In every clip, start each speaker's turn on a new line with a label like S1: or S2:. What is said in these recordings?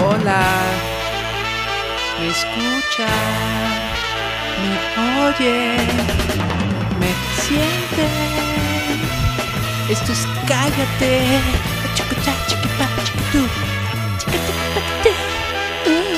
S1: Hola, me escucha, me oye, me siente. Esto es cállate. Chiquita, chiquita, chiquitú. Chiquitú, paquitú.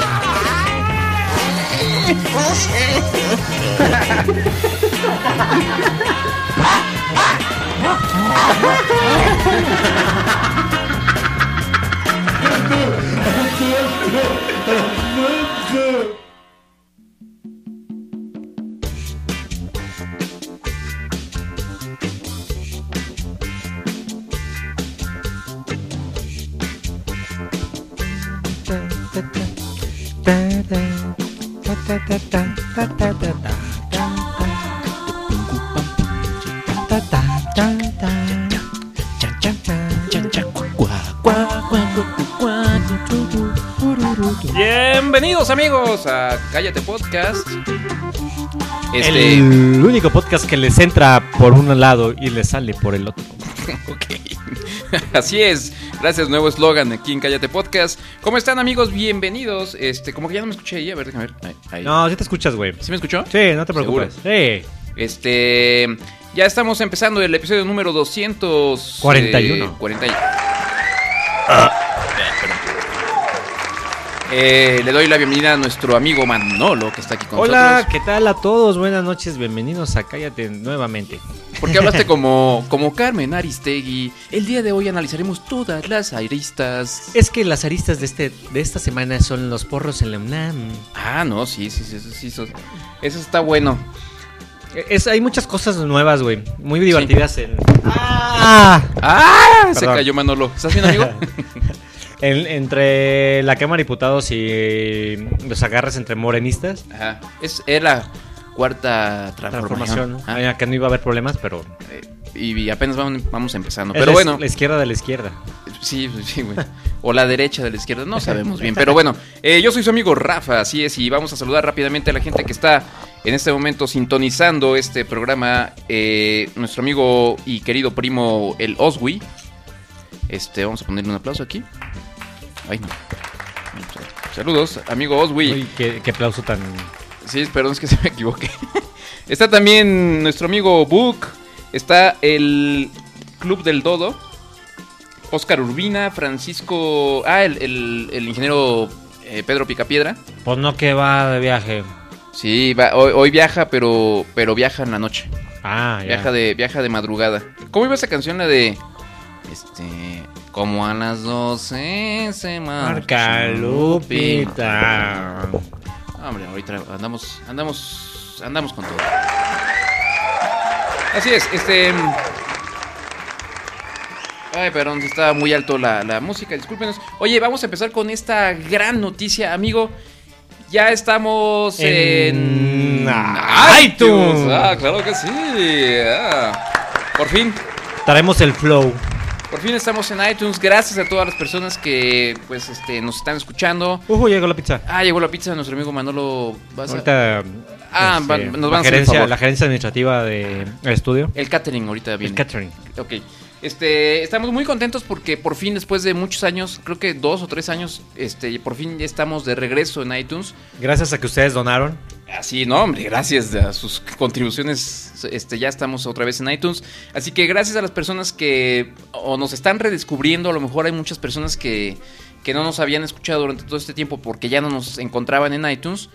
S2: Bienvenidos amigos a Cállate Podcast. Este,
S3: El único podcast que les entra por un lado y les sale por el otro.
S2: ok. Así es. Gracias, nuevo eslogan aquí en Cállate Podcast. ¿Cómo están amigos? Bienvenidos. Este, como que ya no me escuché ahí, a ver, déjame ver. Ahí, ahí.
S3: No, sí te escuchas, güey.
S2: ¿Sí me escuchó?
S3: Sí, no te preocupes. Sí.
S2: Este, ya estamos empezando el episodio número eh, 241.
S3: 41.
S2: Ah, Eh, le doy la bienvenida a nuestro amigo Manolo que está aquí con
S3: Hola,
S2: nosotros.
S3: ¿qué tal a todos? Buenas noches, bienvenidos a Cállate nuevamente.
S2: Porque hablaste como, como Carmen Aristegui. El día de hoy analizaremos todas las aristas.
S3: Es que las aristas de, este, de esta semana son los porros en la UNAM.
S2: Ah, no, sí, sí, sí, sí, sí, eso, eso está bueno.
S3: E, Es, hay muchas cosas nuevas, güey. Muy divertidas en... ¡Ah!
S2: ¡Ah! Se
S3: Perdón.
S2: cayó Manolo. ¿Estás bien, amigo?
S3: En- entre la Cámara de Diputados y los agarres entre morenistas.
S2: Ajá. Ah, Es, es la cuarta transformación.
S3: Transformación.
S2: Ajá.
S3: Mira, que no iba a haber problemas, pero...
S2: Eh, Y, y apenas vamos, vamos empezando.
S3: es la-
S2: Pero bueno,
S3: La izquierda de la izquierda.
S2: sí, pues, sí, güey. O la derecha de la izquierda, no sabemos bien. Pero bueno, eh, yo soy su amigo Rafa, así es. Y vamos a saludar rápidamente a la gente que está en este momento sintonizando este programa. Eh, nuestro amigo y querido primo, el Oswi. Este, vamos a ponerle un aplauso aquí. Ay, no. Saludos, amigo Oswi.
S3: Uy, qué, qué aplauso tan...
S2: Sí, perdón, es que se me equivoqué. Está también nuestro amigo Book. Está el Club del Dodo. Oscar Urbina, Francisco. Ah, el, el- el ingeniero eh, Pedro Picapiedra.
S3: Pues no que va de viaje.
S2: Sí, va- hoy, hoy viaja, pero, pero viaja en la noche.
S3: Ah, ya.
S2: Viaja de, viaja de madrugada. ¿Cómo iba esa canción? La de. Este. Como a las 12 se
S3: Marca
S2: marca
S3: Lupita.
S2: Ah, Hombre, ahorita andamos, andamos, andamos con todo. Así es, este... Ay, perdón, está muy alto la, la música, discúlpenos. Oye, vamos a empezar con esta gran noticia, amigo. Ya estamos en,
S3: En iTunes.
S2: Ah, claro que sí. Ah, Por fin,
S3: Traemos el flow.
S2: por fin estamos en iTunes. Gracias a todas las personas que pues este nos están escuchando.
S3: Ujú, llegó la pizza.
S2: Ah, llegó la pizza de nuestro amigo Manolo. ¿Vas a-
S3: Ahorita. este,
S2: Ah, van- nos
S3: la
S2: van a hacer el
S3: gerencia,
S2: favor.
S3: la gerencia administrativa de el estudio.
S2: El catering ahorita viene.
S3: El catering.
S2: Ok. Este, estamos muy contentos porque por fin, después de muchos años, creo que dos o tres años, este, por fin ya estamos de regreso en iTunes.
S3: Gracias a que ustedes donaron.
S2: Así, no, hombre, gracias a sus contribuciones, este, ya estamos otra vez en iTunes. Así que gracias a las personas que o nos están redescubriendo, a lo mejor hay muchas personas que, que no nos habían escuchado durante todo este tiempo porque ya no nos encontraban en iTunes.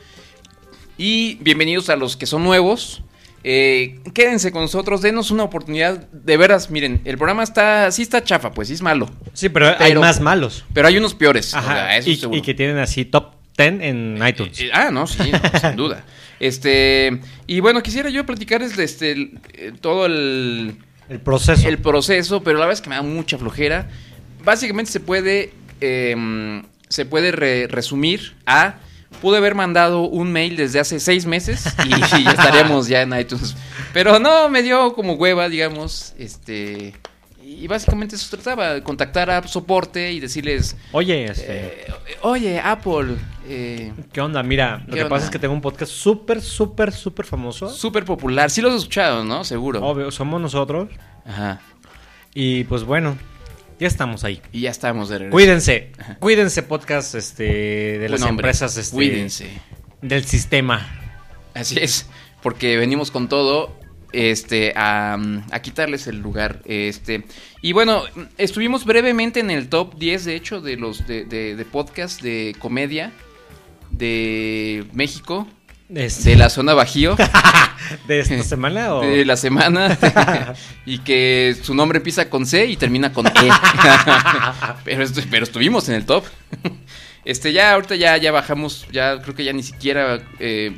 S2: Y bienvenidos a los que son nuevos. Eh, quédense con nosotros, denos una oportunidad. De veras, miren, el programa está, sí está chafa, pues sí es malo.
S3: Sí, pero hay
S2: Pero-
S3: más malos.
S2: Pero hay unos peores. o
S3: Ajá.
S2: sea, eso
S3: y,
S2: seguro.
S3: y que tienen así top 10 en iTunes.
S2: Eh, ah, no, sí, no, sin duda. Este, y bueno, quisiera yo platicarles de este, el- eh, todo el,
S3: El proceso.
S2: eh, el proceso, pero la verdad es que me da mucha flojera. Básicamente se puede, eh, se puede re- resumir a... Pude haber mandado un mail desde hace seis meses y, y ya estaríamos ya en iTunes. Pero no, me dio como hueva, digamos. Este. Y básicamente eso trataba, contactar a soporte y decirles,
S3: Oye, este,
S2: eh, oye, Apple, eh,
S3: ¿qué onda? Mira, lo
S2: ¿qué
S3: que
S2: onda?
S3: pasa es que tengo un podcast súper, súper, súper famoso.
S2: súper popular. Sí los has escuchado, ¿no? Seguro.
S3: Obvio, somos nosotros.
S2: Ajá.
S3: Y pues bueno, ya estamos ahí.
S2: Y ya estamos de regreso.
S3: Cuídense, cuídense podcast este, de
S2: Buen
S3: las
S2: hombre.
S3: empresas este,
S2: Cuídense.
S3: del sistema.
S2: Así es, porque venimos con todo este a, a quitarles el lugar este y bueno estuvimos brevemente en el top 10 de hecho de los de, de, de podcast de comedia de México
S3: Este,
S2: de la zona bajío
S3: ¿de esta semana o
S2: de la semana y que su nombre empieza con C y termina con E. pero, estu- pero estuvimos en el top. Este, ya ahorita ya, ya bajamos, ya creo que ya ni siquiera, eh,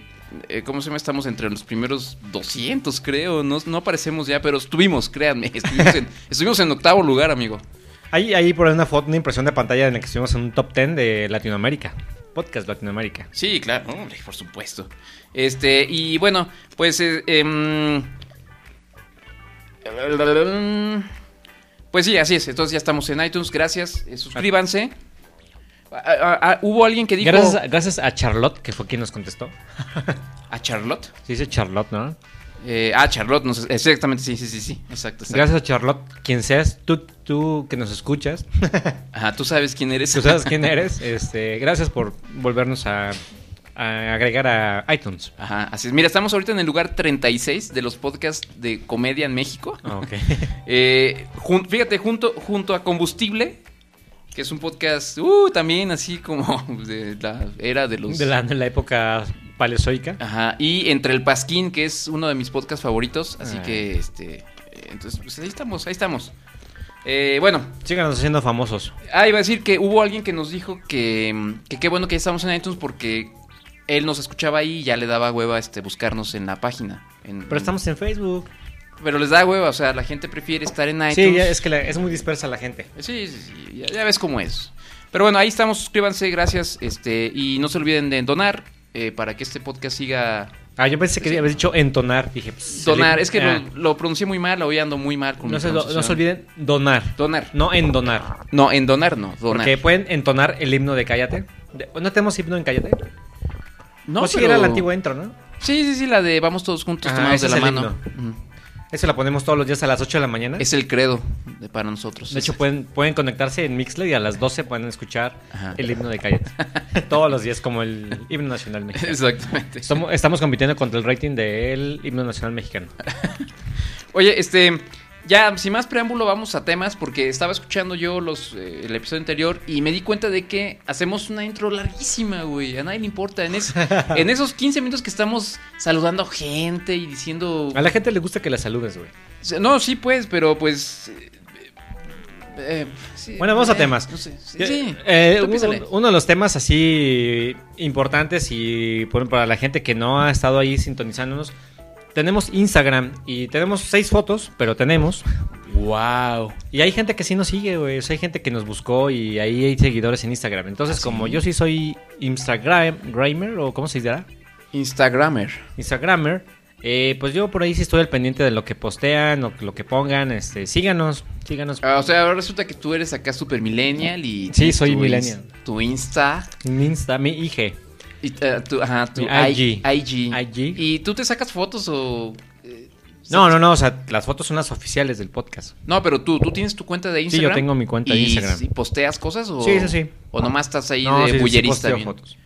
S2: eh, ¿cómo se llama? Estamos entre los primeros 200, creo. No, no aparecemos ya, pero estuvimos, créanme. Estuvimos en, estuvimos en octavo lugar, amigo.
S3: Ahí, ahí por ahí una foto, una impresión de pantalla en la que estuvimos en un top 10 de Latinoamérica. Podcast Latinoamérica.
S2: Sí, claro, hombre, por supuesto. Este, y bueno, pues. eh, em, pues sí, así es. Entonces ya estamos en iTunes, gracias. eh, Suscríbanse. Ah, ah, ah, hubo alguien que dijo.
S3: Gracias, a- gracias a Charlotte, que fue quien nos contestó.
S2: ¿A Charlotte?
S3: Se dice Charlotte, ¿no?
S2: Eh, ah, Charlotte, no sé, exactamente, sí, sí, sí, sí. Exacto, exacto.
S3: Gracias a Charlotte, quien seas, tú, tú que nos escuchas,
S2: Ajá, tú sabes quién eres.
S3: tú sabes quién eres. Este, gracias por volvernos a, a agregar a iTunes.
S2: Ajá, así es. Mira, estamos ahorita en el lugar 36 de los podcasts de comedia en México.
S3: Ah, ok.
S2: Eh, jun- fíjate, junto, junto a Combustible, que es un podcast uh, también así como de la era de los...
S3: De la, de la época paleozoica.
S2: Ajá, y entre el Pasquín, que es uno de mis podcasts favoritos, así
S3: Ah.
S2: que, este, eh, entonces, pues ahí estamos, ahí estamos. Eh, bueno,
S3: Síganos haciendo famosos.
S2: ah, iba a decir que hubo alguien que nos dijo que, mm, que qué bueno que ya estamos en iTunes porque él nos escuchaba ahí y ya le daba hueva este, buscarnos en la página. en-
S3: Pero estamos en Facebook.
S2: Pero les da hueva, o sea, la gente prefiere estar en Ah, iTunes.
S3: Sí, ya es que la- es muy dispersa la gente.
S2: Sí, sí, sí, ya, ya ves cómo es. Pero bueno, ahí estamos, suscríbanse, gracias. Este, y no se olviden de donar eh, para que este podcast siga.
S3: Ah, yo pensé que habías dicho entonar. Dije, pues,
S2: Donar,
S3: le-
S2: es que
S3: Ah.
S2: lo, lo pronuncié muy mal, hoy ando muy mal con
S3: no
S2: mi
S3: se, no se
S2: pronunciación.
S3: olviden donar.
S2: Donar.
S3: No endonar. donar.
S2: No, en donar no, donar.
S3: Porque pueden entonar el himno de Cállate. De- ¿No tenemos himno en Cállate?
S2: No,
S3: o si pues
S2: pero-
S3: era ¿eh? el antiguo entro, ¿no?
S2: Sí, sí, sí, la de vamos todos juntos
S3: Ah,
S2: tomados
S3: ese
S2: de la
S3: es el
S2: mano. Ujú.
S3: Eso la ponemos todos los días a las 8 de la mañana.
S2: Es el credo de- para nosotros.
S3: ¿Eh? de hecho, pues. pueden, pueden conectarse en Mixler y a las 12 pueden escuchar
S2: Ajá.
S3: el himno de Cállate. todos los días, como el himno nacional mexicano.
S2: Exactamente.
S3: Estamos, estamos compitiendo contra el rating del himno nacional mexicano.
S2: Oye, este, ya sin más preámbulo vamos a temas porque estaba escuchando yo los eh, el episodio anterior y me di cuenta de que hacemos una intro larguísima, güey. A nadie le importa. En, es- en esos 15 minutos que estamos saludando gente y diciendo...
S3: A la gente le gusta que la saludes, güey.
S2: No, sí, pues, pero pues... eh, eh, sí,
S3: Bueno, vamos a
S2: eh,
S3: temas.
S2: No sé, sí,
S3: Eh,
S2: sí,
S3: eh,
S2: tú
S3: un-
S2: písale.
S3: uno de los temas así importantes y por- para la gente que no ha estado ahí sintonizándonos, tenemos Instagram y tenemos seis fotos, pero tenemos. Wow. Y hay gente que sí nos sigue, güey. O sea, hay gente que nos buscó y ahí hay seguidores en Instagram. Entonces,
S2: ¿Ah,
S3: como
S2: sí?
S3: yo sí soy Instagram Gramer o cómo se dirá,
S2: Instagramer.
S3: Instagrammer, eh, pues yo por ahí sí estoy al pendiente de lo que postean o lo que pongan. Este, síganos, síganos.
S2: Ah, o sea, ahora resulta que tú eres acá super millennial y...
S3: Sí,
S2: y
S3: soy
S2: tu ins-
S3: millennial.
S2: Tu Insta...
S3: mi Insta, mi IG.
S2: Y, eh, tu, ajá, tu
S3: Mi
S2: I-
S3: IG.
S2: IG.
S3: IG.
S2: ¿Y tú te sacas fotos o...? eh,
S3: No,
S2: sacas-
S3: no, no, o sea, las fotos son las oficiales del podcast.
S2: No, pero tú, ¿tú tienes tu cuenta de
S3: Sí, yo
S2: Instagram?
S3: tengo mi cuenta de
S2: ¿Y
S3: Instagram.
S2: si posteas cosas o...?
S3: Sí, sí, sí.
S2: ¿O nomás estás ahí
S3: No,
S2: de
S3: sí, sí,
S2: bullerista?
S3: posteo
S2: bien?
S3: fotos.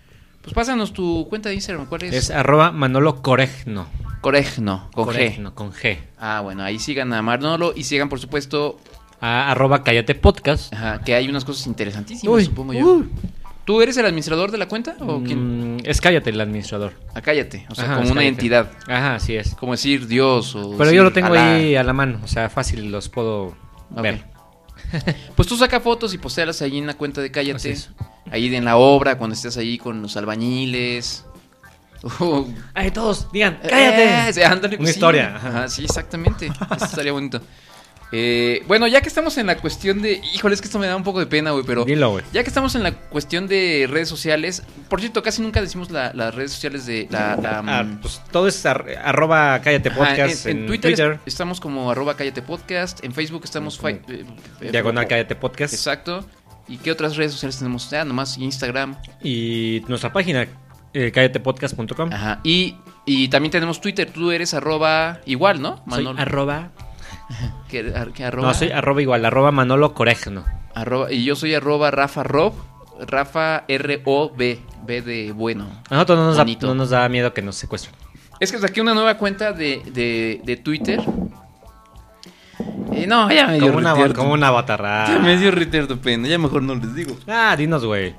S2: Pues pásanos tu cuenta de Instagram, ¿cuál es?
S3: Es arroba Manolo Corejno.
S2: Corejno, con G.
S3: Corejno, con G.
S2: Ah, bueno, ahí sigan a Marnolo y sigan, por supuesto,
S3: A- arroba Cállate Podcast.
S2: ajá, que hay unas cosas interesantísimas,
S3: Uy,
S2: supongo yo.
S3: uy.
S2: ¿Tú eres el administrador de la cuenta o quién?
S3: Mm, es Cállate el administrador.
S2: Ah, cállate, o sea,
S3: Ajá,
S2: como
S3: es
S2: una
S3: Cállate.
S2: entidad.
S3: Ajá, así es.
S2: Como decir Dios o
S3: Pero yo
S2: decir
S3: lo tengo
S2: Alá.
S3: ahí a la mano, o sea, fácil los puedo
S2: Ok.
S3: ver.
S2: Pues tú saca fotos y postealas ahí en la cuenta de
S3: Así
S2: Cállate.
S3: es.
S2: ahí en la obra, cuando estés ahí con los albañiles. Uh,
S3: Ay, todos, digan,
S2: eh,
S3: cállate.
S2: sí, ándale, pues
S3: Una
S2: sí.
S3: historia.
S2: Ajá, sí, exactamente. Eso estaría bonito. Eh, bueno, ya que estamos en la cuestión de. Híjole, es que esto me da un poco de pena, güey, pero.
S3: Dilo, güey.
S2: Ya que estamos en la cuestión de redes sociales. Por cierto, casi nunca decimos la- las redes sociales de. La, la,
S3: Ah,
S2: mm,
S3: pues, todo es ar- arroba cállate
S2: ajá,
S3: podcast
S2: en, en Twitter, es- estamos como arroba cállate podcast. En Facebook estamos. fa- eh, eh,
S3: diagonal
S2: po-
S3: cállate podcast.
S2: Exacto. ¿Y qué otras redes sociales tenemos? Ah, nomás Instagram.
S3: Y nuestra página, eh, cállatepodcast.com.
S2: Ajá. Y, y también tenemos Twitter. Tú eres arroba igual, ¿no?
S3: Soy
S2: Manolo.
S3: arroba.
S2: ¿Qué- ar- qué arroba?
S3: No, soy arroba igual, arroba Manolo Corejno.
S2: Arroba- y yo soy arroba Rafa Rob. Rafa R-O-B. B de bueno.
S3: A nosotros no nos,
S2: Bonito.
S3: da, no nos da miedo que nos secuestren.
S2: Es que saqué una nueva cuenta de, de, de Twitter. Eh, no, ya me dio
S3: Como una,
S2: retear
S3: como una
S2: tu- Ya me
S3: avatarra.
S2: dio retear tu pena. Ya mejor no les digo.
S3: Ah, dinos, güey.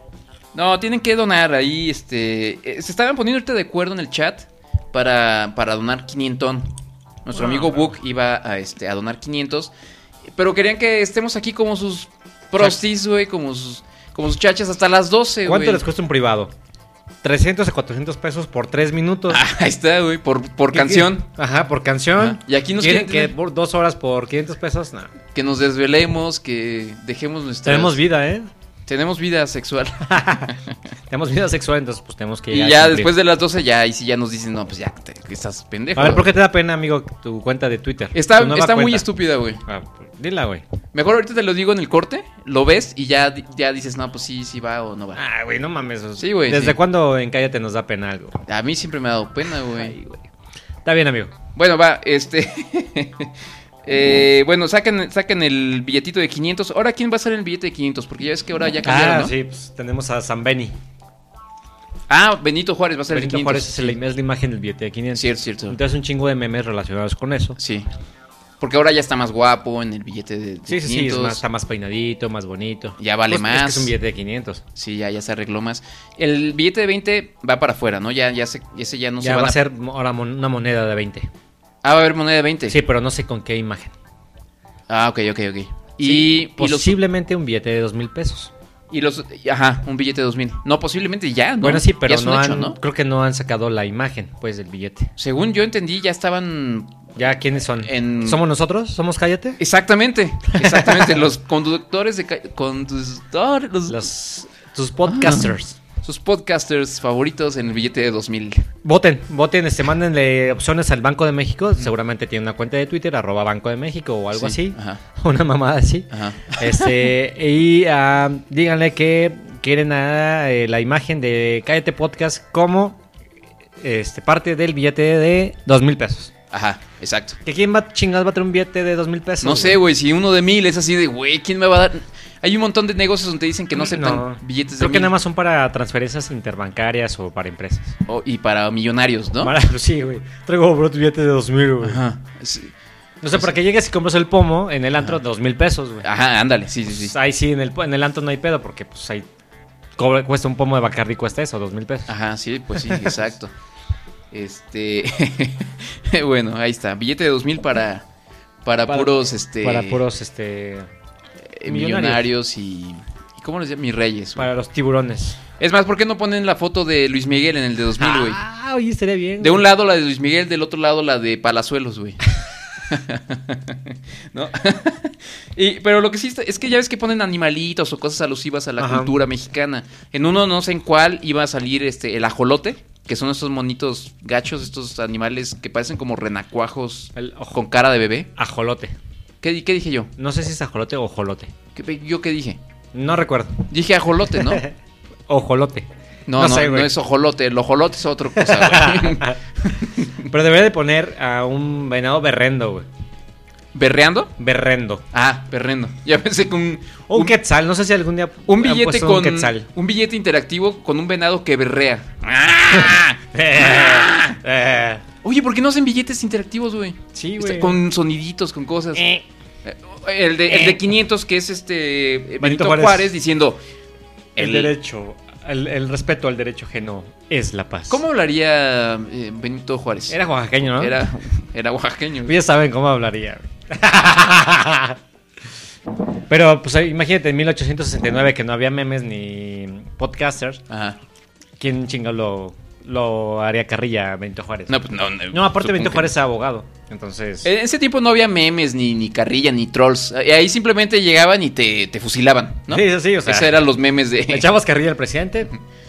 S2: No, tienen que donar ahí. este eh, Se estaban poniendo ahorita de acuerdo en el chat para, para donar 500. Nuestro amigo Book iba a, este, a donar 500. Pero querían que estemos aquí como sus prostis, güey, como sus, como sus chachas hasta las 12, güey.
S3: ¿Cuánto les cuesta un privado? 300 a 400 pesos por 3 minutos.
S2: Ah, ahí está, güey, por, por
S3: ¿Qué-
S2: canción.
S3: qué? Ajá, por canción.
S2: Ajá. Y aquí nos
S3: quieren
S2: quieren
S3: que
S2: tener-
S3: por dos horas por 500 pesos. No.
S2: Que nos desvelemos, que dejemos nuestra.
S3: Tenemos vida, ¿eh?
S2: Tenemos vida sexual.
S3: Tenemos vida sexual, entonces pues tenemos que...
S2: y
S3: llegar a
S2: ya
S3: cumplir.
S2: después de las 12, ya, y si ya nos dicen, no, pues ya, te- que estás pendejo.
S3: A ver, ¿por
S2: güey".
S3: qué te da pena, amigo, tu cuenta de Twitter?
S2: Está,
S3: Tu nueva
S2: está muy
S3: cuenta.
S2: estúpida, güey.
S3: Ah, pues, dila, güey.
S2: Mejor ahorita te lo digo en el corte, lo ves y ya, di- ya dices, no, pues sí, sí va o no va.
S3: Ah, güey, no mames.
S2: Sí, güey,
S3: ¿Desde
S2: sí.
S3: cuándo en Cállate nos da pena algo?
S2: A mí siempre me ha dado pena, güey.
S3: Está bien, amigo.
S2: Bueno, va, este. eh, bueno, saquen, saquen el billetito de 500. Ahora, ¿quién va a ser el billete de 500? Porque ya ves que ahora ya cambiaron,
S3: Ah,
S2: ¿no?
S3: sí, pues tenemos a San Beni.
S2: Ah, Benito Juárez va a ser
S3: Benito
S2: el 500.
S3: Juárez es, la im- es la imagen del billete de 500.
S2: Cierto, cierto.
S3: Entonces un chingo de memes relacionados con eso.
S2: Sí. Porque ahora ya está más guapo en el billete de, de
S3: Sí, sí, sí, es
S2: 500.
S3: más- está más peinadito, más bonito.
S2: Ya vale
S3: Pues, es que
S2: más.
S3: Es, un billete de 500.
S2: Sí, ya, ya se arregló más. El billete de 20 va para afuera, ¿no? Ya, ya se, ese ya no se
S3: ya va
S2: van
S3: a ser mo- ahora mon- una moneda de 20.
S2: Ah, va a haber moneda de 20.
S3: Sí. pero no sé con qué imagen.
S2: Ah, ok, ok, ok.
S3: Sí,
S2: Y, y los,
S3: posiblemente un billete de dos mil pesos.
S2: y los- Ajá, un billete de 2000. No, posiblemente ya, Ah, ¿no?
S3: Bueno, sí,
S2: Ya
S3: pero
S2: es un
S3: no han,
S2: hecho, ¿no?
S3: creo que no han sacado la imagen, pues, del billete.
S2: Según yo entendí, ya estaban.
S3: ¿Ya quiénes son?
S2: En-
S3: ¿Somos nosotros? ¿Somos Cállate?
S2: Exactamente, exactamente. los conductores de. ca- Conductores. Los,
S3: Los, tus
S2: Ah.
S3: podcasters.
S2: Sus podcasters favoritos en el billete de 2000.
S3: Voten, voten, este, mándenle opciones al Banco de México. Seguramente tiene una cuenta de Twitter, arroba Banco de México o algo así.
S2: Sí, ajá. Ah.
S3: Una mamada así.
S2: Ajá.
S3: Este, y ah, díganle que quieren ah, eh, la imagen de Cállate Podcast como este, parte del billete de dos mil pesos.
S2: Ajá, exacto.
S3: ¿Que quién va chingados va a tener un billete de dos mil pesos?
S2: No sé, güey, si uno de mil es así de, güey, ¿quién me va a dar? Hay un montón de negocios donde dicen que no aceptan
S3: No.
S2: billetes de
S3: Creo que
S2: mil.
S3: nada más son para transferencias interbancarias o para empresas.
S2: O- Oh, y para millonarios, ¿no?
S3: Mara, sí, güey. Traigo bro, tu billete de dos mil, güey.
S2: Ajá. Sí.
S3: No sé, para que llegues y compras el pomo en el antro, dos mil pesos, güey.
S2: Ajá, ándale, sí, sí,
S3: Pues
S2: sí.
S3: ahí sí, en el, po- en el antro no hay pedo, porque pues ahí cobra- cuesta un pomo de Bacardi, cuesta eso, dos mil pesos.
S2: Ajá, sí, pues sí, exacto. Este, bueno, ahí está, billete de dos mil para, para,
S3: Para-
S2: puros, este,
S3: Para puros, este...
S2: eh, millonarios y, y ¿cómo les llaman? Mis reyes. güey.
S3: Para los tiburones.
S2: Es más, ¿por qué no ponen la foto de Luis Miguel en el de 2000, güey?
S3: Ah, oye, estaría bien.
S2: De
S3: güey.
S2: un lado la de Luis Miguel, del otro lado la de Palazuelos, güey. ¿No? y, pero lo que sí está- es que ya ves que ponen animalitos o cosas alusivas a la
S3: Ajá.
S2: cultura mexicana. En uno no sé en cuál iba a salir este el ajolote, que son estos monitos gachos, estos animales que parecen como renacuajos
S3: El ojo-
S2: con cara de bebé.
S3: Ajolote.
S2: ¿Qué, di- qué dije yo?
S3: No sé si es ajolote o jolote.
S2: ¿Qué- ¿Yo qué dije?
S3: No recuerdo.
S2: Dije ajolote, ¿no?
S3: Ojolote.
S2: No, no, no,
S3: sé, güey.
S2: es ojolote. El ojolote es otra cosa, güey.
S3: Pero debería de poner a un venado berrendo, güey.
S2: ¿Berreando?
S3: Berrendo.
S2: Ah, berreando. Ya pensé que un-
S3: O un,
S2: un
S3: quetzal, no sé si algún día.
S2: Un
S3: han
S2: billete
S3: puesto
S2: con
S3: Ah, pues, Un quetzal.
S2: un billete interactivo con un venado que berrea.
S3: Ah. Eh, eh.
S2: Oye, ¿por qué no hacen billetes interactivos, güey?
S3: Sí,
S2: Este,
S3: güey.
S2: Con soniditos, con cosas.
S3: Eh.
S2: Eh, El, de, el
S3: Eh.
S2: de 500 que es este eh, Benito, Juárez.
S3: Juárez.
S2: diciendo
S3: El,
S2: el-
S3: derecho, el, el respeto al derecho ajeno es la paz.
S2: ¿Cómo hablaría eh, Benito Juárez?
S3: Era oaxaqueño, ¿no?
S2: era, era oaxaqueño.
S3: Ya saben cómo hablaría. güey. Pero pues ahí, imagínate, en 1869 que no había memes ni podcasters,
S2: Ajá.
S3: ¿quién chingado lo, lo haría carrilla a Benito Juárez?
S2: No, pues no. No,
S3: No, aparte
S2: supongo
S3: Benito
S2: que-
S3: Juárez es abogado, entonces...
S2: En ese tiempo no había memes, ni, ni carrilla, ni trolls. Ahí simplemente llegaban y te, te fusilaban, ¿no?
S3: Sí, sí, sí, o sea,
S2: Esos eran los memes de.
S3: le echabas carrilla al presidente,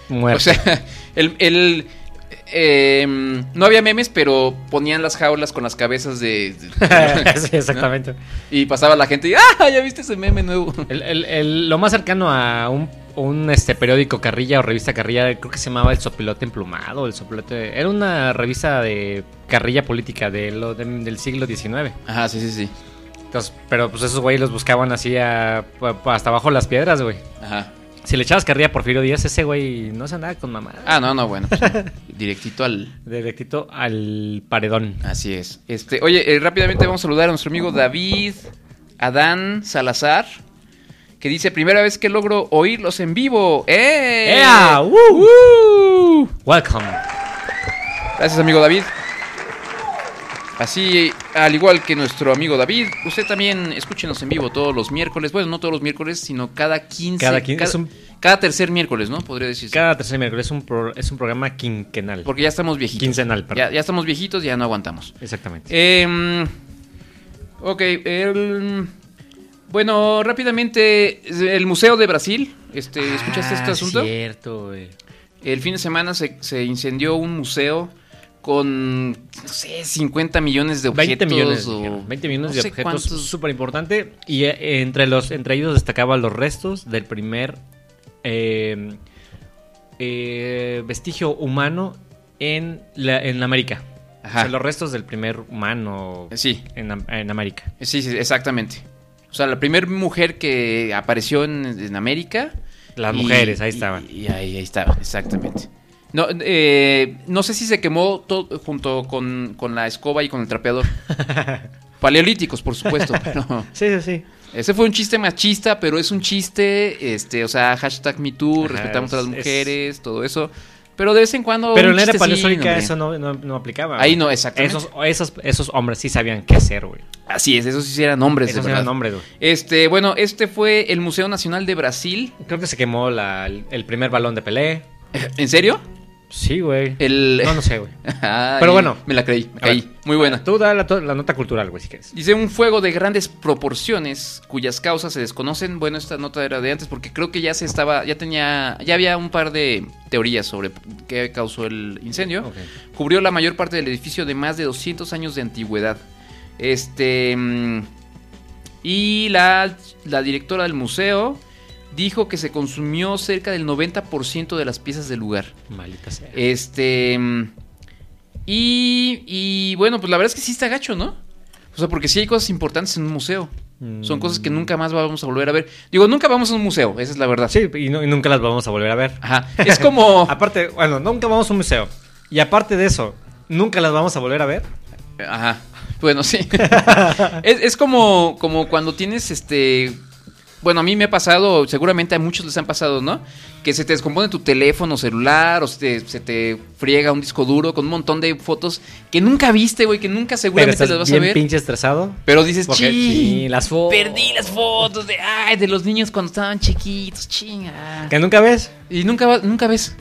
S3: muerto.
S2: O sea, el, el, eh, no había memes, pero ponían las jaulas con las cabezas de... de-
S3: Sí, exactamente.
S2: y pasaba la gente y ¡ah! Ya viste ese meme nuevo.
S3: El- el- el- lo más cercano a un, un, este periódico Carrilla o revista Carrilla, creo que se llamaba El Sopilote Emplumado, El Sopilote. Era una revista de carrilla política de lo- de- del siglo XIX.
S2: Ajá, sí, sí, sí.
S3: Entonces, pero pues esos güeyes los buscaban así a- pa- hasta abajo de las piedras, güey.
S2: Ajá.
S3: Si le echabas carrilla a Porfirio Díaz, ese güey no se andaba con mamá.
S2: Ah, no, no, bueno. pues, no. directito al...
S3: Directito al paredón.
S2: Así es. Este, oye, eh, rápidamente vamos a saludar a nuestro amigo David Adán Salazar, que dice, primera vez que logro oírlos en vivo. ¡Eh!
S3: ¡Ea! ¡Woo! Welcome.
S2: Gracias, amigo David. Así, al igual que nuestro amigo David, usted también escúchenos en vivo todos los miércoles. Bueno, no todos los miércoles, sino cada 15.
S3: Cada 15, es un-
S2: cada tercer miércoles, ¿no? Podría decirse.
S3: Cada tercer miércoles es un, pro- es un programa quinquenal.
S2: Porque ya estamos viejitos.
S3: Quincenal, perdón.
S2: Ya, ya estamos viejitos, ya no aguantamos.
S3: Exactamente.
S2: Eh, ok, el- bueno, rápidamente, el Museo de Brasil. Este, ¿Escuchaste este
S3: Ah,
S2: asunto?
S3: cierto, güey.
S2: El fin de semana se, se incendió un museo con, no sé, 50 millones de objetos.
S3: 20 millones,
S2: o-
S3: dijeron. 20 millones
S2: no
S3: de
S2: sé
S3: objetos,
S2: cuántos.
S3: súper importante. Y eh, entre, los, entre ellos destacaban los restos del primer eh, eh, vestigio humano en, la, en América.
S2: Ajá.
S3: O sea, los restos del primer humano
S2: Sí,
S3: en, Am- en América.
S2: sí, sí, exactamente. O sea, la primera mujer que apareció en, en América.
S3: Las
S2: Y-
S3: mujeres, ahí estaban.
S2: Y, y ahí, ahí estaban, exactamente. No, eh, no sé si se quemó todo junto con, con la escoba y con el trapeador. Paleolíticos, por supuesto, pero...
S3: Sí, sí, sí.
S2: Ese fue un chiste machista, pero es un chiste, este, o sea, hashtag MeToo,
S3: Ajá,
S2: respetamos a
S3: es-
S2: las
S3: es-
S2: mujeres, todo eso. Pero de vez en cuando.
S3: Pero
S2: Oh, un
S3: en la era
S2: chistecín,
S3: paleozoica
S2: hombre.
S3: eso no, no- no aplicaba.
S2: Ahí
S3: güey.
S2: no, exactamente.
S3: Esos, esos, esos hombres sí sabían qué hacer, güey.
S2: Así es, esos sí eran hombres, de
S3: Esos
S2: verdad.
S3: eran hombres, güey.
S2: Este, bueno, este fue el Museo Nacional de Brasil.
S3: Creo que se quemó la- el primer balón de Pelé.
S2: ¿En serio?
S3: Sí, güey.
S2: El.
S3: No, no sé, güey.
S2: Ay,
S3: Pero bueno.
S2: Me la creí, me
S3: A ver.
S2: caí. Muy buena.
S3: Tú da la, to- la nota cultural, güey, si quieres.
S2: Dice un fuego de grandes proporciones cuyas causas se desconocen. Bueno, esta nota era de antes porque creo que ya se estaba, ya tenía, ya había un par de teorías sobre qué causó el incendio.
S3: Ok.
S2: Cubrió la mayor parte del edificio de más de 200 años de antigüedad. Este mm, y la, la directora del museo dijo que se consumió cerca del 90% de las piezas del lugar.
S3: Maldita sea.
S2: Este. mm, Y, y bueno, pues la verdad es que sí está gacho, ¿no? O sea, porque sí hay cosas importantes en un museo. Son
S3: Mm.
S2: cosas que nunca más vamos a volver a ver. Digo, nunca vamos a un museo, esa es la verdad.
S3: Sí, y, no- y nunca las vamos a volver a ver.
S2: Ajá. Es como.
S3: Aparte, bueno, nunca vamos a un museo. Y aparte de eso, nunca las vamos a volver a ver.
S2: Ajá. Bueno, sí. es es como, como cuando tienes este. Bueno, a mí me ha pasado, seguramente a muchos les han pasado, ¿no? Que se te descompone tu teléfono celular o se te, se te friega un disco duro con un montón de fotos que nunca viste, güey, que nunca
S3: Pero
S2: seguramente
S3: estás
S2: las vas
S3: bien
S2: a ver.
S3: pinche estresado.
S2: Pero dices,
S3: Porque- sí,
S2: ching,
S3: las fotos.
S2: perdí las fotos de, ay, de los niños cuando estaban chiquitos, chinga.
S3: ¿Que nunca ves?
S2: Y nunca, va- nunca ves,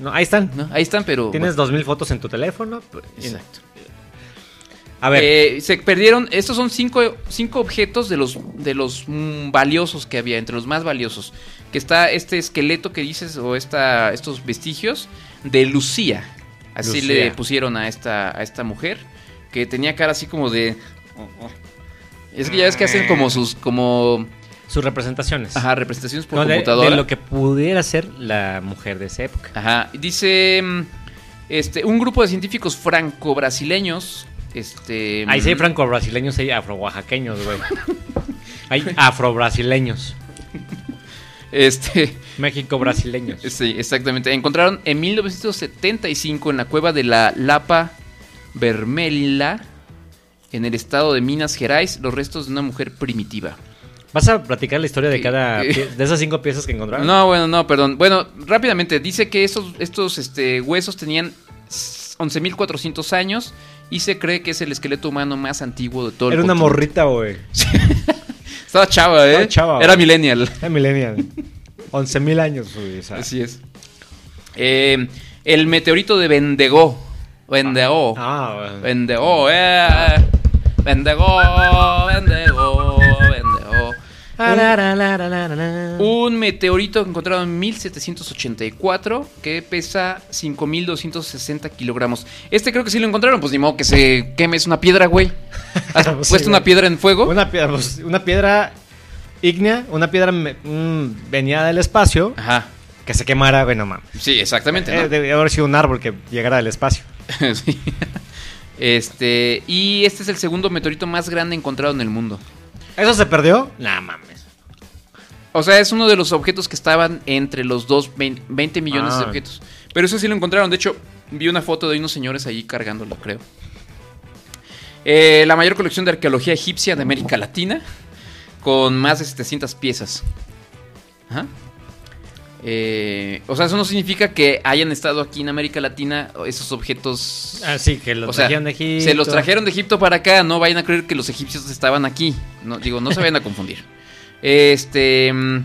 S3: No, ahí están.
S2: ¿no? Ahí están, pero...
S3: Tienes
S2: Pues, bueno,
S3: dos mil fotos en tu teléfono. pues,
S2: exacto.
S3: A ver,
S2: Eh, se perdieron, estos son cinco, cinco objetos de los, de los mm, valiosos que había, entre los más valiosos. Que está este esqueleto que dices, o esta, estos vestigios, de Lucía. Así
S3: Lucía.
S2: le pusieron a esta, a esta mujer, que tenía cara así como de... Es que ya ves que hacen como
S3: Mm.
S2: sus, como...
S3: sus representaciones.
S2: Ajá, representaciones por
S3: No, de,
S2: computadora.
S3: de lo que pudiera ser la mujer de esa época.
S2: Ajá. Dice mm, este, un grupo de científicos franco-brasileños. Este.
S3: Ahí sí hay
S2: mm,
S3: franco-brasileños, hay afro-oaxaqueños, güey. Hay afro-brasileños.
S2: Este.
S3: México-brasileños.
S2: Sí, exactamente. Encontraron en 1975 en la cueva de la Lapa Vermelha, en el estado de Minas Gerais, los restos de una mujer primitiva.
S3: ¿Vas a platicar la historia de
S2: ¿Qué-
S3: cada...
S2: qué?
S3: pie- de esas cinco piezas que encontraron?
S2: No, bueno, no, perdón. Bueno, rápidamente, dice que estos, estos este, huesos tenían 11.400 años y se cree que es el esqueleto humano más antiguo de todo el
S3: Era una
S2: continente.
S3: morrita, güey.
S2: Estaba chava, ¿eh?
S3: Estaba chava,
S2: Era
S3: güey.
S2: millennial.
S3: Es millennial. 11.000 años, güey. o sea.
S2: Así es. Eh, el meteorito de Vendegó. Vendegó.
S3: Ah, güey.
S2: Vendegó, eh. Vendegó, Vendegó, Vendegó.
S3: Ah,
S2: Un meteorito encontrado en 1784 que pesa 5260 kilogramos. Este creo que sí lo encontraron, pues ni modo que se queme, es una piedra, güey. ¿Has
S3: Sí,
S2: puesto
S3: güey.
S2: una piedra en fuego?
S3: Una piedra, pues, una piedra ígnea, una piedra me- mm, venida del espacio
S2: Ajá.
S3: que se quemara, bueno, mames.
S2: Sí, exactamente. ¿no?
S3: Eh, debería haber sido un árbol que llegara del espacio.
S2: Sí. Este, y este es el segundo meteorito más grande encontrado en el mundo.
S3: ¿Eso se perdió? Nah, mames.
S2: O sea, es uno de los objetos que estaban entre los dos vein- 20 millones de
S3: Ah.
S2: objetos. Pero eso sí lo encontraron. De hecho, vi una foto de unos señores ahí cargándolo, creo. Eh, la mayor colección de arqueología egipcia de América Latina, con más de 700 piezas. Ajá. Eh, o sea, eso no significa que hayan estado aquí en América Latina esos objetos
S3: Así que los
S2: O sea,
S3: trajeron de Egipto.
S2: Se los trajeron de Egipto para acá, no vayan a creer que los egipcios estaban aquí. No, digo, no se vayan a confundir. Este. mm,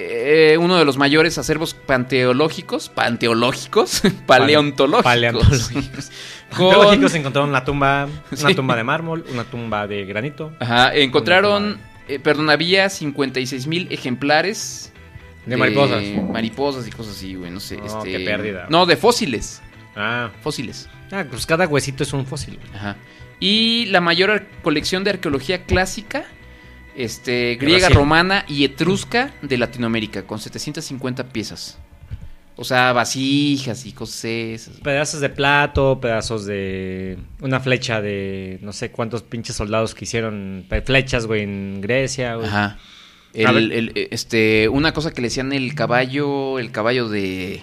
S2: eh, uno de los mayores acervos panteológicos, panteológicos, paleontológicos.
S3: paleontológicos.
S2: Con-
S3: Arqueológicos encontraron la tumba, una
S2: Sí.
S3: tumba de mármol, una tumba de granito.
S2: Ajá, encontraron, eh, perdón, había 56 mil ejemplares
S3: De mariposas.
S2: Mariposas y cosas así, güey, no sé.
S3: No,
S2: este,
S3: qué pérdida.
S2: No, de fósiles.
S3: Ah,
S2: Fósiles.
S3: ah, pues cada huesito es un fósil.
S2: Ajá. Y la mayor ar- colección de arqueología clásica, este, griega,
S3: Brasil.
S2: romana y etrusca de Latinoamérica, con 750 piezas. O sea, vasijas y cosas esas.
S3: Pedazos de plato, pedazos de. Una flecha de. No sé cuántos pinches soldados que hicieron pe- flechas, güey, en Grecia, güey.
S2: Ajá.
S3: A
S2: El-
S3: ver.
S2: el- eh, este, una cosa que le decían el caballo, el caballo de...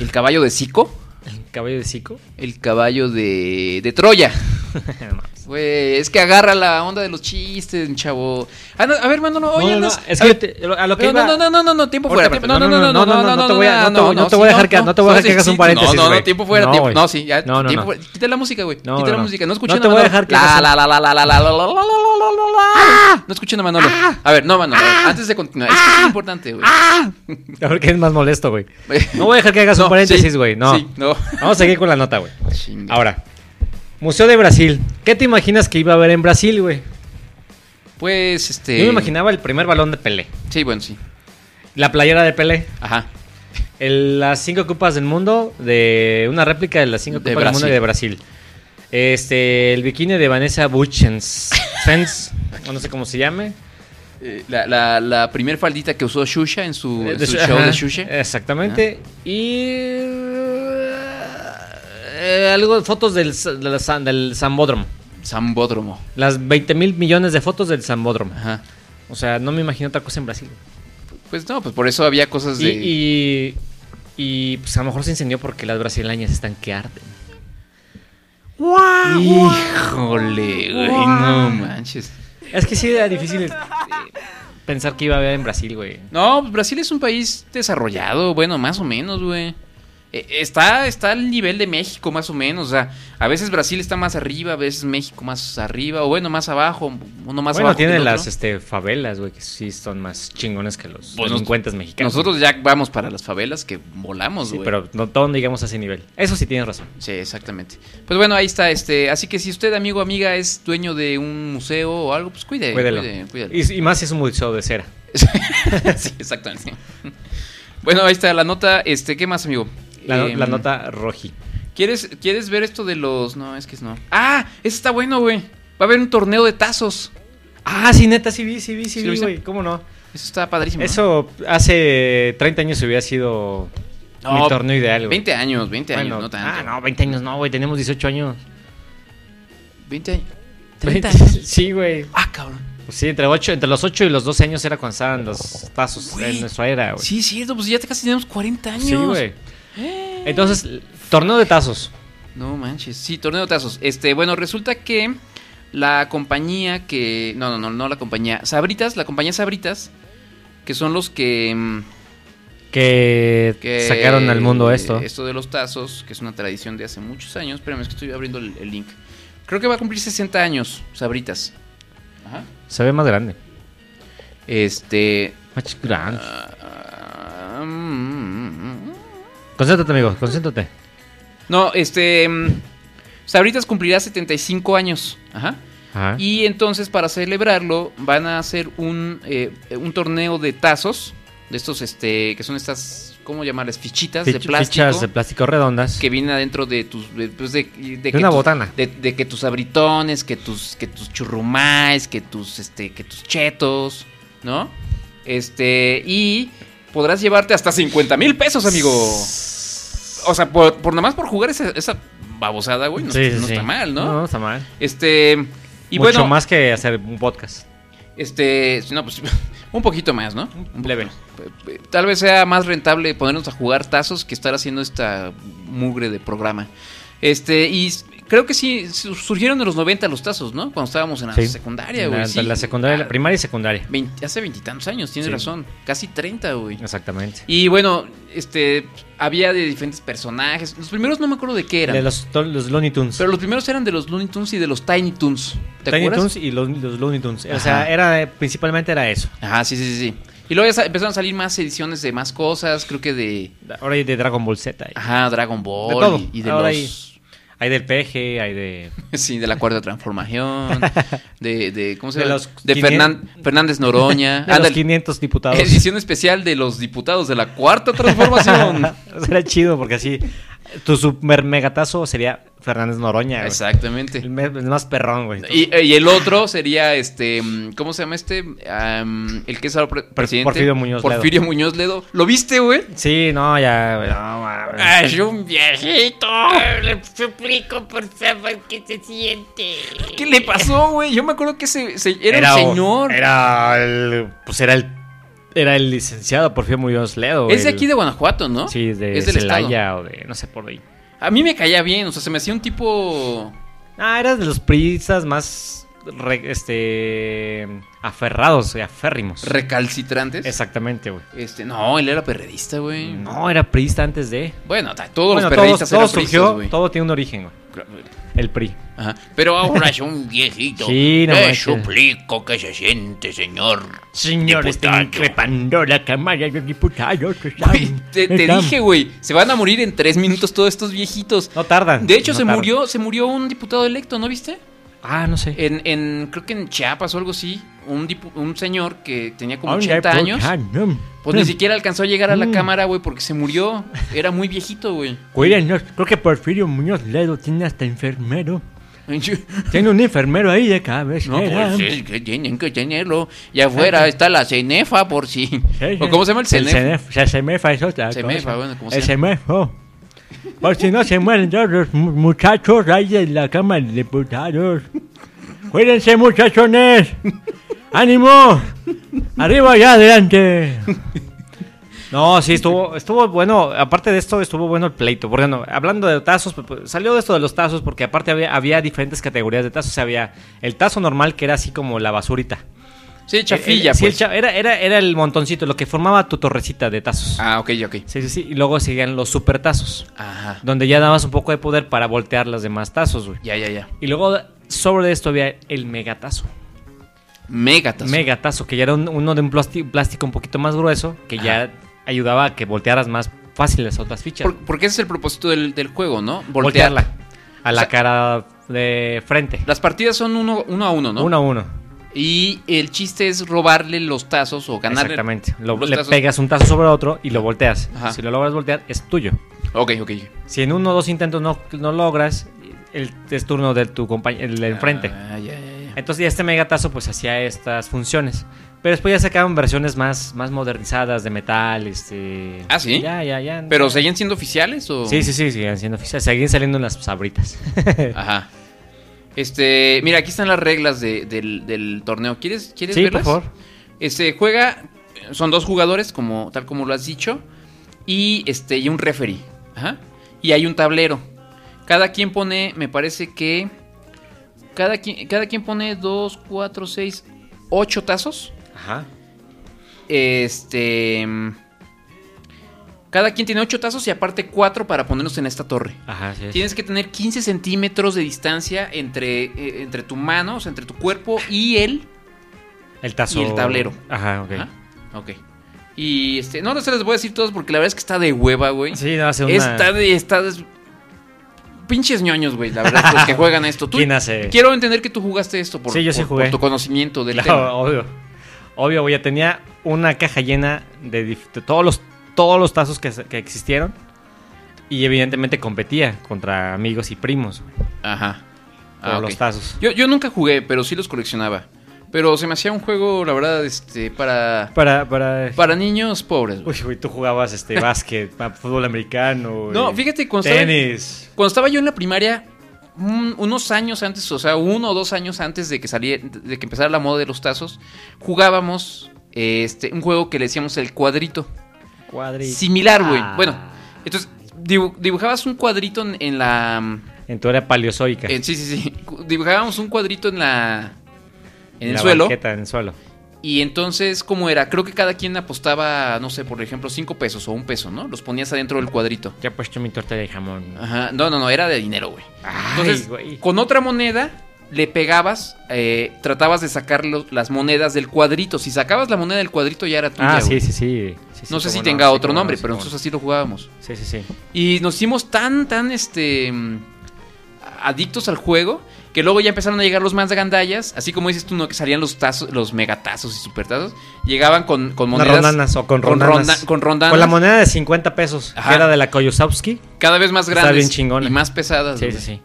S2: El caballo de Zico,
S3: Caballo de Zico.
S2: el caballo de, de Troya. Güey, es que agarra la onda de los chistes, chavo. Ah, no, a ver, mano, no, oye,
S3: No, no,
S2: no,
S3: no, es
S2: a
S3: que
S2: ver,
S3: te- a lo que
S2: No,
S3: iba-
S2: no, no, no, no, no, tiempo fuera.
S3: Ahorita,
S2: tiempo-
S3: pero-
S2: No, no, no, no, no, no, no te voy a
S3: no te voy- no te voy a
S2: sí,
S3: dejar que- no te voy a dejar que hagas un
S2: sí,
S3: paréntesis,
S2: No, no, no,
S3: güey.
S2: tiempo fuera,
S3: No,
S2: tiempo.
S3: güey.
S2: No, sí, ya,
S3: No, no,
S2: tiempo
S3: no.
S2: fuera. Quita la música, güey.
S3: No,
S2: Quita
S3: no,
S2: la
S3: no.
S2: música, no
S3: No
S2: escuché
S3: te
S2: nada,
S3: voy a
S2: Manolo.
S3: dejar que
S2: La,
S3: hagas un- Ah.
S2: la, la, la, la, la, la, la, la, la, la, la. No escuché nada, Manolo. A ver, no, Manolo, antes de continuar, es que es importante, güey.
S3: A ver qué es más molesto, güey. Ah. No voy a dejar que hagas
S2: No,
S3: un paréntesis,
S2: sí,
S3: güey. no.
S2: sí, no.
S3: Vamos a seguir con la nota, güey.
S2: Chinga.
S3: Ahora, Museo de Brasil. ¿Qué te imaginas que iba a haber en Brasil, güey?
S2: Pues, este...
S3: Yo me imaginaba el primer balón de Pelé,
S2: Sí, bueno, sí.
S3: la playera de Pelé,
S2: Ajá.
S3: el- las cinco copas del mundo, de una réplica de las cinco
S2: De
S3: copas del mundo
S2: Brasil.
S3: de Brasil. Este, el bikini de Vanessa Buchens, Fens, o no sé cómo se llame.
S2: Eh, La, la, la primer faldita que usó Shusha en su,
S3: Eh,
S2: en
S3: de
S2: su
S3: Shu-
S2: show
S3: ajá, Eh.
S2: de Shusha.
S3: Exactamente. Y. eh, algo, fotos del, sa- de la san- del Zambódromo.
S2: Zambódromo.
S3: Las 20 mil millones de fotos del Zambódromo.
S2: Ajá.
S3: O sea, no me imagino otra cosa en Brasil.
S2: Pues no, pues por eso había cosas
S3: Y,
S2: de...
S3: y, y, pues a lo mejor se incendió porque las brasileñas están que arden.
S2: Híjole, güey, no manches.
S3: Es que sí era difícil eh, pensar que iba a haber en Brasil, güey.
S2: No, pues, Brasil es un país desarrollado, bueno, más o menos, güey. Eh, Está, está al nivel de México, más o menos. O sea, a veces Brasil está más arriba, a veces México más arriba, o bueno, más abajo, uno más
S3: bueno,
S2: abajo. que el
S3: tienen
S2: otro.
S3: las este, favelas, güey, que sí son más chingones que los
S2: Pues nos-
S3: delincuentes mexicanos.
S2: Nosotros ya vamos para las favelas que volamos,
S3: Sí,
S2: güey.
S3: pero no todos llegamos a ese nivel. Eso sí tienes razón.
S2: Sí, exactamente. Pues bueno, ahí está. este Así que si usted, amigo o amiga, es dueño de un museo o algo, pues cuide,
S3: Cuídelo.
S2: cuide, cuídelo.
S3: Y, y más si es un museo de cera.
S2: sí, exactamente. Bueno, ahí está la nota. Este, ¿qué más, amigo?
S3: La,
S2: Em,
S3: la nota roji.
S2: ¿quieres, ¿Quieres ver esto de los.? No, es que es no. ¡Ah! Ese está bueno, güey. Va a haber un torneo de tazos.
S3: Ah, sí, neta, sí vi, sí vi,
S2: ¿Sí
S3: sí
S2: lo
S3: vi,
S2: viste?
S3: güey. ¿Cómo no?
S2: Eso está padrísimo. ¿no?
S3: Eso hace 30 años hubiera sido
S2: No,
S3: mi torneo ideal, güey.
S2: 20 años, 20 años,
S3: Bueno,
S2: no tanto.
S3: Ah, no, 20 años no, güey. Tenemos 18 años.
S2: 20 años. 30
S3: 20
S2: años.
S3: Sí, güey.
S2: Ah, cabrón.
S3: Pues sí, entre, ocho- entre los 8 y los 12 años era cuando estaban los tazos
S2: Güey.
S3: en nuestra era, güey.
S2: Sí, es cierto, pues ya casi tenemos 40 años. Eh.
S3: Sí, güey. Entonces, torneo de tazos.
S2: No manches. Sí, torneo de tazos. Este, bueno, resulta que la compañía que. No, no, no, no la compañía. Sabritas, la compañía Sabritas, que son los que. mm,
S3: Que,
S2: que-
S3: sacaron al mundo esto.
S2: Esto de los tazos, que es una tradición de hace muchos años. Espérame, es que estoy abriendo el, el link. Creo que va a cumplir 60 años, Sabritas. Ajá.
S3: Se ve más grande.
S2: Este.
S3: Más grande.
S2: ah, mm,
S3: Concéntrate, amigo, concéntrate.
S2: no, este. mm, Sabritas cumplirá 75 años. Ajá.
S3: Ajá.
S2: Y entonces para celebrarlo van a hacer un, eh, un torneo de tazos, de estos este que son estas, ¿cómo llamarlas? Fichitas
S3: Fich-
S2: de plástico.
S3: Fichas de plástico redondas.
S2: que vienen adentro de tus de, pues, de- de que
S3: una
S2: tus-
S3: botana.
S2: de, de que tus abritones que tus que tus churrumais que tus este que tus chetos no este y podrás llevarte hasta 50 mil pesos amigo o sea por, por nada más por jugar esa, esa babosada güey no,
S3: Sí, sí,
S2: no
S3: sí.
S2: está mal no,
S3: No, está mal.
S2: este y
S3: Mucho
S2: bueno
S3: más que hacer un podcast.
S2: este no pues un poquito más no Un
S3: Leve.
S2: eh, tal vez sea más rentable ponernos a jugar tazos que estar haciendo esta mugre de programa. Este, y s- creo que sí, su- surgieron en los 90 los tazos, ¿no? Cuando estábamos en la
S3: Sí.
S2: secundaria,
S3: En
S2: güey.
S3: la,
S2: sí.
S3: la secundaria, la
S2: Ah,
S3: primaria y secundaria.
S2: veinte- hace veintitantos años, tienes
S3: Sí.
S2: razón. Casi 30, güey.
S3: Exactamente.
S2: Y bueno, este, había de diferentes personajes. Los primeros no me acuerdo de qué eran.
S3: De los, to- los Looney Tunes.
S2: Pero los primeros eran de los Looney Tunes y de los Tiny Tunes. ¿Te
S3: Tiny
S2: acuerdas?
S3: Toons y los, los Looney Tunes. O
S2: Ajá.
S3: sea, era, eh, principalmente era eso.
S2: Ajá, sí, sí, sí, sí. Y luego ya sa- empezaron a salir más ediciones de más cosas, creo que de...
S3: Ahora hay de Dragon Ball Z. Hay,
S2: Ajá, Dragon Ball
S3: De todo.
S2: Ah, y, y de
S3: Ahora
S2: los...
S3: hay del PG, hay de...
S2: Sí, de la cuarta transformación, de, de ¿cómo se
S3: De
S2: llama?
S3: los
S2: De Fernan- Fernández Noroña.
S3: de los
S2: Ah, Ándale.
S3: 500 diputados.
S2: edición especial de los diputados de la cuarta transformación.
S3: Era chido porque así tu super megatazo sería Fernández Noroña. güey. El,
S2: Exactamente.
S3: me- el más perrón, güey.
S2: Y, eh, y el otro sería este, mm, ¿cómo se llama este? Am, el que es ahora pre- presidente.
S3: Porfirio Muñoz Ledo.
S2: Porfirio Muñoz Ledo. ¿Lo viste, güey?
S3: Sí, no, ya, güey, no, mames.
S2: Es un viejito.
S4: Le suplico, por favor, que se siente.
S2: ¿Qué le pasó, güey? Yo me acuerdo que ese, ese- era,
S3: Era-
S2: un señor.
S3: Era el, pues era el, era el licenciado Porfirio Muñoz Ledo. güey.
S2: es de aquí de Guanajuato, ¿no?
S3: Sí, de
S2: es del estado.
S3: Celaya o de, no sé, por ahí.
S2: A mí me caía bien, o sea, se me hacía un tipo.
S3: Ah, eras de los priistas más, re- este, aferrados, güey, aférrimos.
S2: recalcitrantes.
S3: Exactamente, güey.
S2: Este, no, él era perredista, güey.
S3: No, era priista antes de...
S2: Bueno, ta- todos
S3: Bueno,
S2: los perredistas
S3: todo
S2: eran
S3: surgió,
S2: priistas,
S3: todo tiene un origen, güey.
S2: güey.
S3: El PRI.
S2: Ajá. oh,
S4: Pero ahora es un viejito.
S3: Sí,
S2: Eh,
S3: no
S4: Le
S3: manches.
S4: suplico que se siente, señor.
S3: Señor,
S4: está
S3: increpando la cámara de diputados.
S2: Güey, te, te dije, güey, se van a morir en tres minutos todos estos viejitos.
S3: No tardan.
S2: De hecho,
S3: no
S2: se
S3: tardan.
S2: murió, se murió un diputado electo, ¿no eh, viste?
S3: Ah, no sé.
S2: En, en creo que en Chiapas o algo así, un, dipu- un señor que tenía como
S3: Ay,
S2: 80
S3: por
S2: años,
S3: cañón.
S2: pues ni siquiera alcanzó a llegar a la
S3: Mm.
S2: cámara, güey, porque se murió. Era muy viejito, güey.
S3: Cuídenos, creo que Porfirio Muñoz Ledo tiene hasta enfermero.
S2: No,
S3: Tiene un enfermero ahí de cabeza.
S2: pues es que tienen que tenerlo. Y afuera está la cenefa por si. ¿O cómo se llama el
S3: El
S2: cenefa?
S3: Cenef. Se semefa es otra
S2: Cemefa,
S3: cosa.
S2: ah, bueno, como
S3: El
S2: sea.
S3: semefo. oh. Por si no se mueren todos los mu- muchachos ahí de la Cámara de Diputados. Cuídense, muchachones. ¡Ánimo! ¡Arriba y adelante! No, sí, estuvo, estuvo bueno. Aparte de esto, estuvo bueno el pleito. Porque no, hablando de tazos, pues, pues, salió de esto de los tazos, porque aparte había, había diferentes categorías de tazos. O sea, había el tazo normal, que era así como la basurita.
S2: Sí, chafilla,
S3: Eh, eh, sí, el
S2: pues.
S3: cha- era, era, era el montoncito, lo que formaba tu torrecita de tazos.
S2: Ah, ok, ok.
S3: Sí, sí, sí. Y luego seguían los supertazos,
S2: Ajá.
S3: donde ya dabas un poco de poder para voltear los demás tazos, güey.
S2: Ya, ya, ya.
S3: Y luego sobre esto había el megatazo.
S2: Megatazo.
S3: Megatazo, que ya era un- uno de un plasti- plástico, un poquito más grueso, que ya ayudaba a que voltearas más fácil las otras fichas.
S2: Por- porque ese es el propósito del, del juego, ¿no? Voltear.
S3: Voltearla a la
S2: O sea-
S3: cara de frente.
S2: Las partidas son uno, uno a uno, ¿no?
S3: Uno a uno.
S2: Y el chiste es robarle los tazos o ganarle.
S3: Exactamente. Lo-
S2: los
S3: le
S2: tazos.
S3: pegas un tazo sobre otro y lo volteas.
S2: Ajá.
S3: Si lo logras voltear, es tuyo.
S2: Ok, ok.
S3: Si en uno o dos intentos no, no logras, el, es turno de tu compañero, el de enfrente.
S2: Ah, ya, ya, ya.
S3: Entonces ya este megatazo pues hacía estas funciones. Pero después ya sacaron versiones más, más modernizadas de metal, este...
S2: Ah, ¿sí?
S3: Ya, ya, ya.
S2: ¿Pero seguían siendo oficiales o.?
S3: Sí, sí, sí, siguen siendo oficiales. Seguían saliendo en las sabritas.
S2: Ajá. Este, mira, aquí están las reglas de- del, del torneo. ¿Quieres, quieres
S3: sí, por
S2: verlas?
S3: favor.
S2: Este, juega, son dos jugadores, como, tal como lo has dicho, y, este, y un referee. Ajá. Y hay un tablero. Cada quien pone, me parece que... Cada quien, cada quien pone dos, cuatro, seis, ocho tazos.
S3: Ajá.
S2: Este... mm, Cada quien tiene ocho tazos y aparte cuatro para ponernos en esta torre.
S3: Ajá, sí.
S2: Tienes que tener 15 centímetros de distancia entre, eh, entre tu mano, o sea, entre tu cuerpo y el,
S3: El tazo.
S2: Y el tablero.
S3: Ajá, ok.
S2: Ajá, ok. Y este, no, no se les voy a decir todos porque la verdad es que está de hueva, güey.
S3: Sí, no, hace una...
S2: Está de. Está des- Pinches ñoños, güey, la verdad, los que juegan esto. Tú,
S3: ¿Quién hace?
S2: Quiero entender que tú jugaste esto por,
S3: Sí, yo sí
S2: por-
S3: jugué.
S2: por tu conocimiento del
S3: Claro,
S2: tema.
S3: obvio. Obvio, güey, ya tenía una caja llena de, dif- de todos los todos los tazos que, se- que existieron. Y evidentemente competía contra amigos y primos güey,
S2: Ajá.
S3: por
S2: Ah, ok.
S3: los tazos.
S2: Yo, yo nunca jugué, pero sí los coleccionaba. Pero se me hacía un juego, la verdad, este, para.
S3: Para, para...
S2: Para niños pobres, güey.
S3: Uy, güey, tú jugabas este básquet, pa- fútbol americano, güey.
S2: No, fíjate, cuando estaba,
S3: Tenis.
S2: cuando estaba yo en la primaria, un- unos años antes, o sea, uno o dos años antes de que saliera, de que empezara la moda de los tazos, jugábamos este, un juego que le decíamos el cuadrito.
S3: Cuadrito. Ah.
S2: Similar, güey. Bueno, entonces dibu- dibujabas un cuadrito en, en la.
S3: En tu era paleozoica.
S2: en- sí, sí, sí. Dibujábamos un cuadrito en la. En el
S3: la
S2: suelo.
S3: banqueta, en el suelo.
S2: Y entonces, ¿cómo era? Creo que cada quien apostaba, no sé, por ejemplo, cinco pesos o un peso, ¿no? Los ponías adentro del cuadrito.
S3: Ya he puesto mi torta de jamón.
S2: Ajá. No, no, no, era de dinero, güey. Ah. Entonces,
S3: Ay, güey.
S2: con otra moneda le pegabas, eh, tratabas de sacar lo- las monedas del cuadrito. Si sacabas la moneda del cuadrito ya era tuya.
S3: Ah, sí,
S2: güey.
S3: sí, sí. Sí, sí,
S2: No sé
S3: cómo
S2: si tenga
S3: sí,
S2: otro
S3: cómo no,
S2: nombre,
S3: sí,
S2: pero
S3: cómo
S2: nosotros así lo jugábamos.
S3: no. Sí, sí, sí.
S2: Y nos hicimos tan, tan, este... mm, Adictos al juego, que luego ya empezaron a llegar los más gandallas, así como dices tú, ¿no? que salían los tazos, los megatazos y supertazos, llegaban con, con
S3: Unas
S2: monedas.
S3: rondanas o con
S2: con,
S3: rondanas.
S2: ronda- con rondanas
S3: Con la moneda de 50 pesos,
S2: Ajá.
S3: que era de la Koyosowski.
S2: cada vez más
S3: Está
S2: grandes
S3: bien chingona.
S2: y más pesadas.
S3: Sí, sí,
S2: güey.
S3: sí.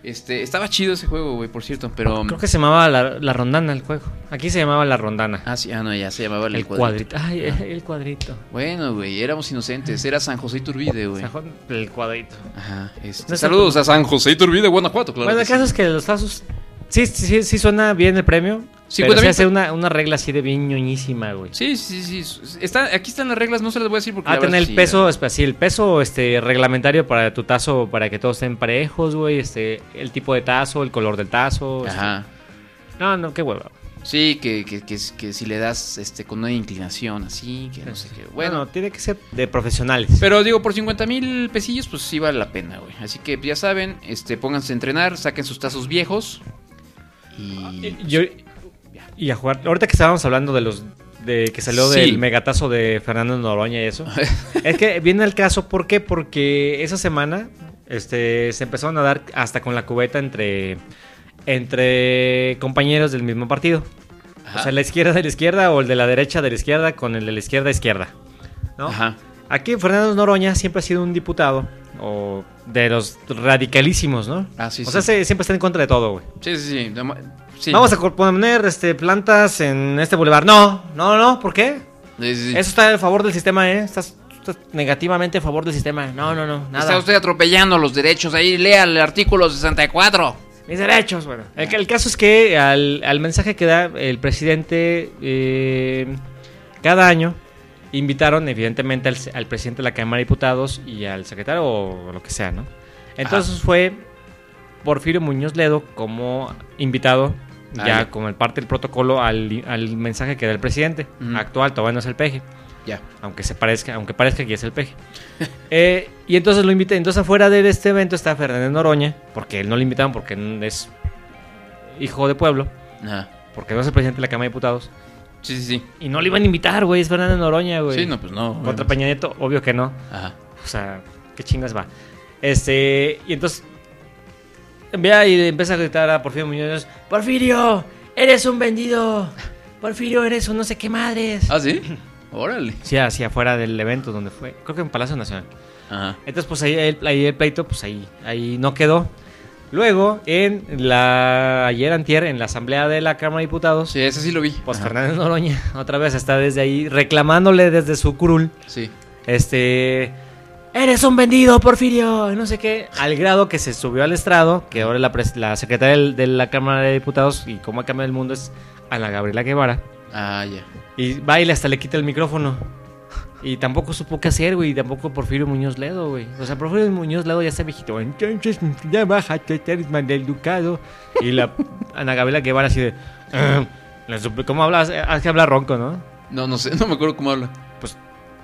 S2: Este, estaba chido ese juego, güey, por cierto, pero.
S3: Creo que se llamaba la, la rondana el juego. Aquí se llamaba la rondana.
S2: Ah, sí, ah, no, ya se llamaba el,
S3: el
S2: cuadrito. Ah.
S3: cuadrito. Ay, el cuadrito.
S2: Bueno, güey, éramos inocentes. Era San José Iturbide, güey.
S3: San Juan- El cuadrito.
S2: Ajá. este,
S3: No sé
S2: saludos a San José Iturbide, Guanajuato, claro.
S3: bueno,
S2: que
S3: el caso
S2: sí.
S3: es que los tazos. Sí, sí, sí, sí suena bien el premio.
S2: Sí,
S3: pero
S2: cuenta
S3: se
S2: bien,
S3: hace
S2: pero-
S3: una, una regla así de bien ñoñísima, güey.
S2: Sí, sí, sí. Está, aquí están las reglas, no se las voy a decir porque.
S3: Ah,
S2: la verdad
S3: tener
S2: sí,
S3: el peso, espe- sí, el peso este, reglamentario para tu tazo, para que todos estén parejos, güey. Este, el tipo de tazo, el color del tazo.
S2: era-
S3: este.
S2: Ajá.
S3: No, no, qué hueva.
S2: Sí, que, que, que, que si le das este con una inclinación así, que no sé qué.
S3: Bueno,
S2: Bueno.
S3: tiene que ser de profesionales.
S2: Pero digo, por 50 mil pesillos, pues sí vale la pena, güey. Así que ya saben, este, pónganse a entrenar, saquen sus tazos viejos. Y.
S3: Ah, Y- yo- y a jugar. Ahorita que estábamos hablando de los de que salió
S2: Sí.
S3: del megatazo de Fernando Noroña y eso. es que viene el caso, ¿por qué? Porque esa semana este, se empezaron a dar hasta con la cubeta entre entre compañeros del mismo partido.
S2: Ajá.
S3: O sea, la izquierda de la izquierda o el de la derecha de la izquierda con el de la izquierda izquierda. ¿no?
S2: Ajá.
S3: Aquí Fernando Noroña siempre ha sido un diputado o de los radicalísimos, ¿no?
S2: Ah, sí,
S3: o
S2: sí.
S3: sea, se- siempre está en contra de todo, güey.
S2: Sí, sí, sí. no ma- sí.
S3: Vamos a co- poner este, plantas en este bulevar. No, no, no, ¿por qué?
S2: Sí, sí, sí.
S3: Eso está a favor del sistema, ¿eh? Estás, estás negativamente a favor del sistema. No, no, no, nada.
S2: Está usted atropellando los derechos. Ahí lea el artículo 64.
S3: Mis derechos, bueno. El, ca- el caso es que al, al mensaje que da el presidente eh, cada año, invitaron evidentemente al, se- al presidente de la Cámara de Diputados y al secretario o lo que sea, ¿no? Entonces fue Porfirio Muñoz Ledo como invitado,
S2: Ah, ya.
S3: ya como parte del protocolo al, al mensaje que da el presidente.
S2: Ujú.
S3: Actual, todavía no es el peje
S2: Ya.
S3: aunque se parezca, aunque parezca que es el peje. Eh, y entonces lo invité, entonces afuera de este evento está Fernández Noroña, porque él no lo invitaron porque n- es hijo de pueblo,
S2: Ajá.
S3: porque no es el presidente de la Cámara de Diputados.
S2: Sí, sí, sí.
S3: Y no lo iban a invitar, güey, es Fernández Noroña, güey.
S2: Sí, no, pues no.
S3: Contra
S2: obviamente.
S3: Peña Nieto, obvio que no.
S2: Ajá.
S3: O sea, qué chingas va. Este, y entonces vea y le empieza a gritar a Porfirio Muñoz, Porfirio, eres un vendido. Porfirio, eres un no sé qué madres.
S2: Ah, sí. Órale.
S3: Sí, hacia afuera del evento donde fue, creo que en Palacio Nacional.
S2: Ajá.
S3: Entonces, pues ahí el, ahí el pleito, pues ahí, ahí no quedó. Luego, en la ayer antier, en la asamblea de la Cámara de Diputados,
S2: Sí, ese sí lo vi.
S3: pues
S2: Ajá.
S3: Fernández Noroña otra vez está desde ahí reclamándole desde su curul,
S2: Sí.
S3: este, eres un vendido, Porfirio, y no sé qué, al grado que se subió al estrado, que ahora la, pres- la secretaria del- de la Cámara de Diputados y cómo ha cambiado el mundo es Ana Gabriela Guevara.
S2: Ah, ya.
S3: Y baila hasta le quita el micrófono. Y tampoco supo qué hacer, güey. y Tampoco Porfirio Muñoz Ledo, güey. O sea, Porfirio Muñoz Ledo ya está viejito. Entonces, ya bájate, eres maleducado. Y la Ana Gabriela que van así de. "Ah", le supe- ¿Cómo hablas? Haz que habla ronco, ¿no?
S2: No, no sé. No me acuerdo cómo habla.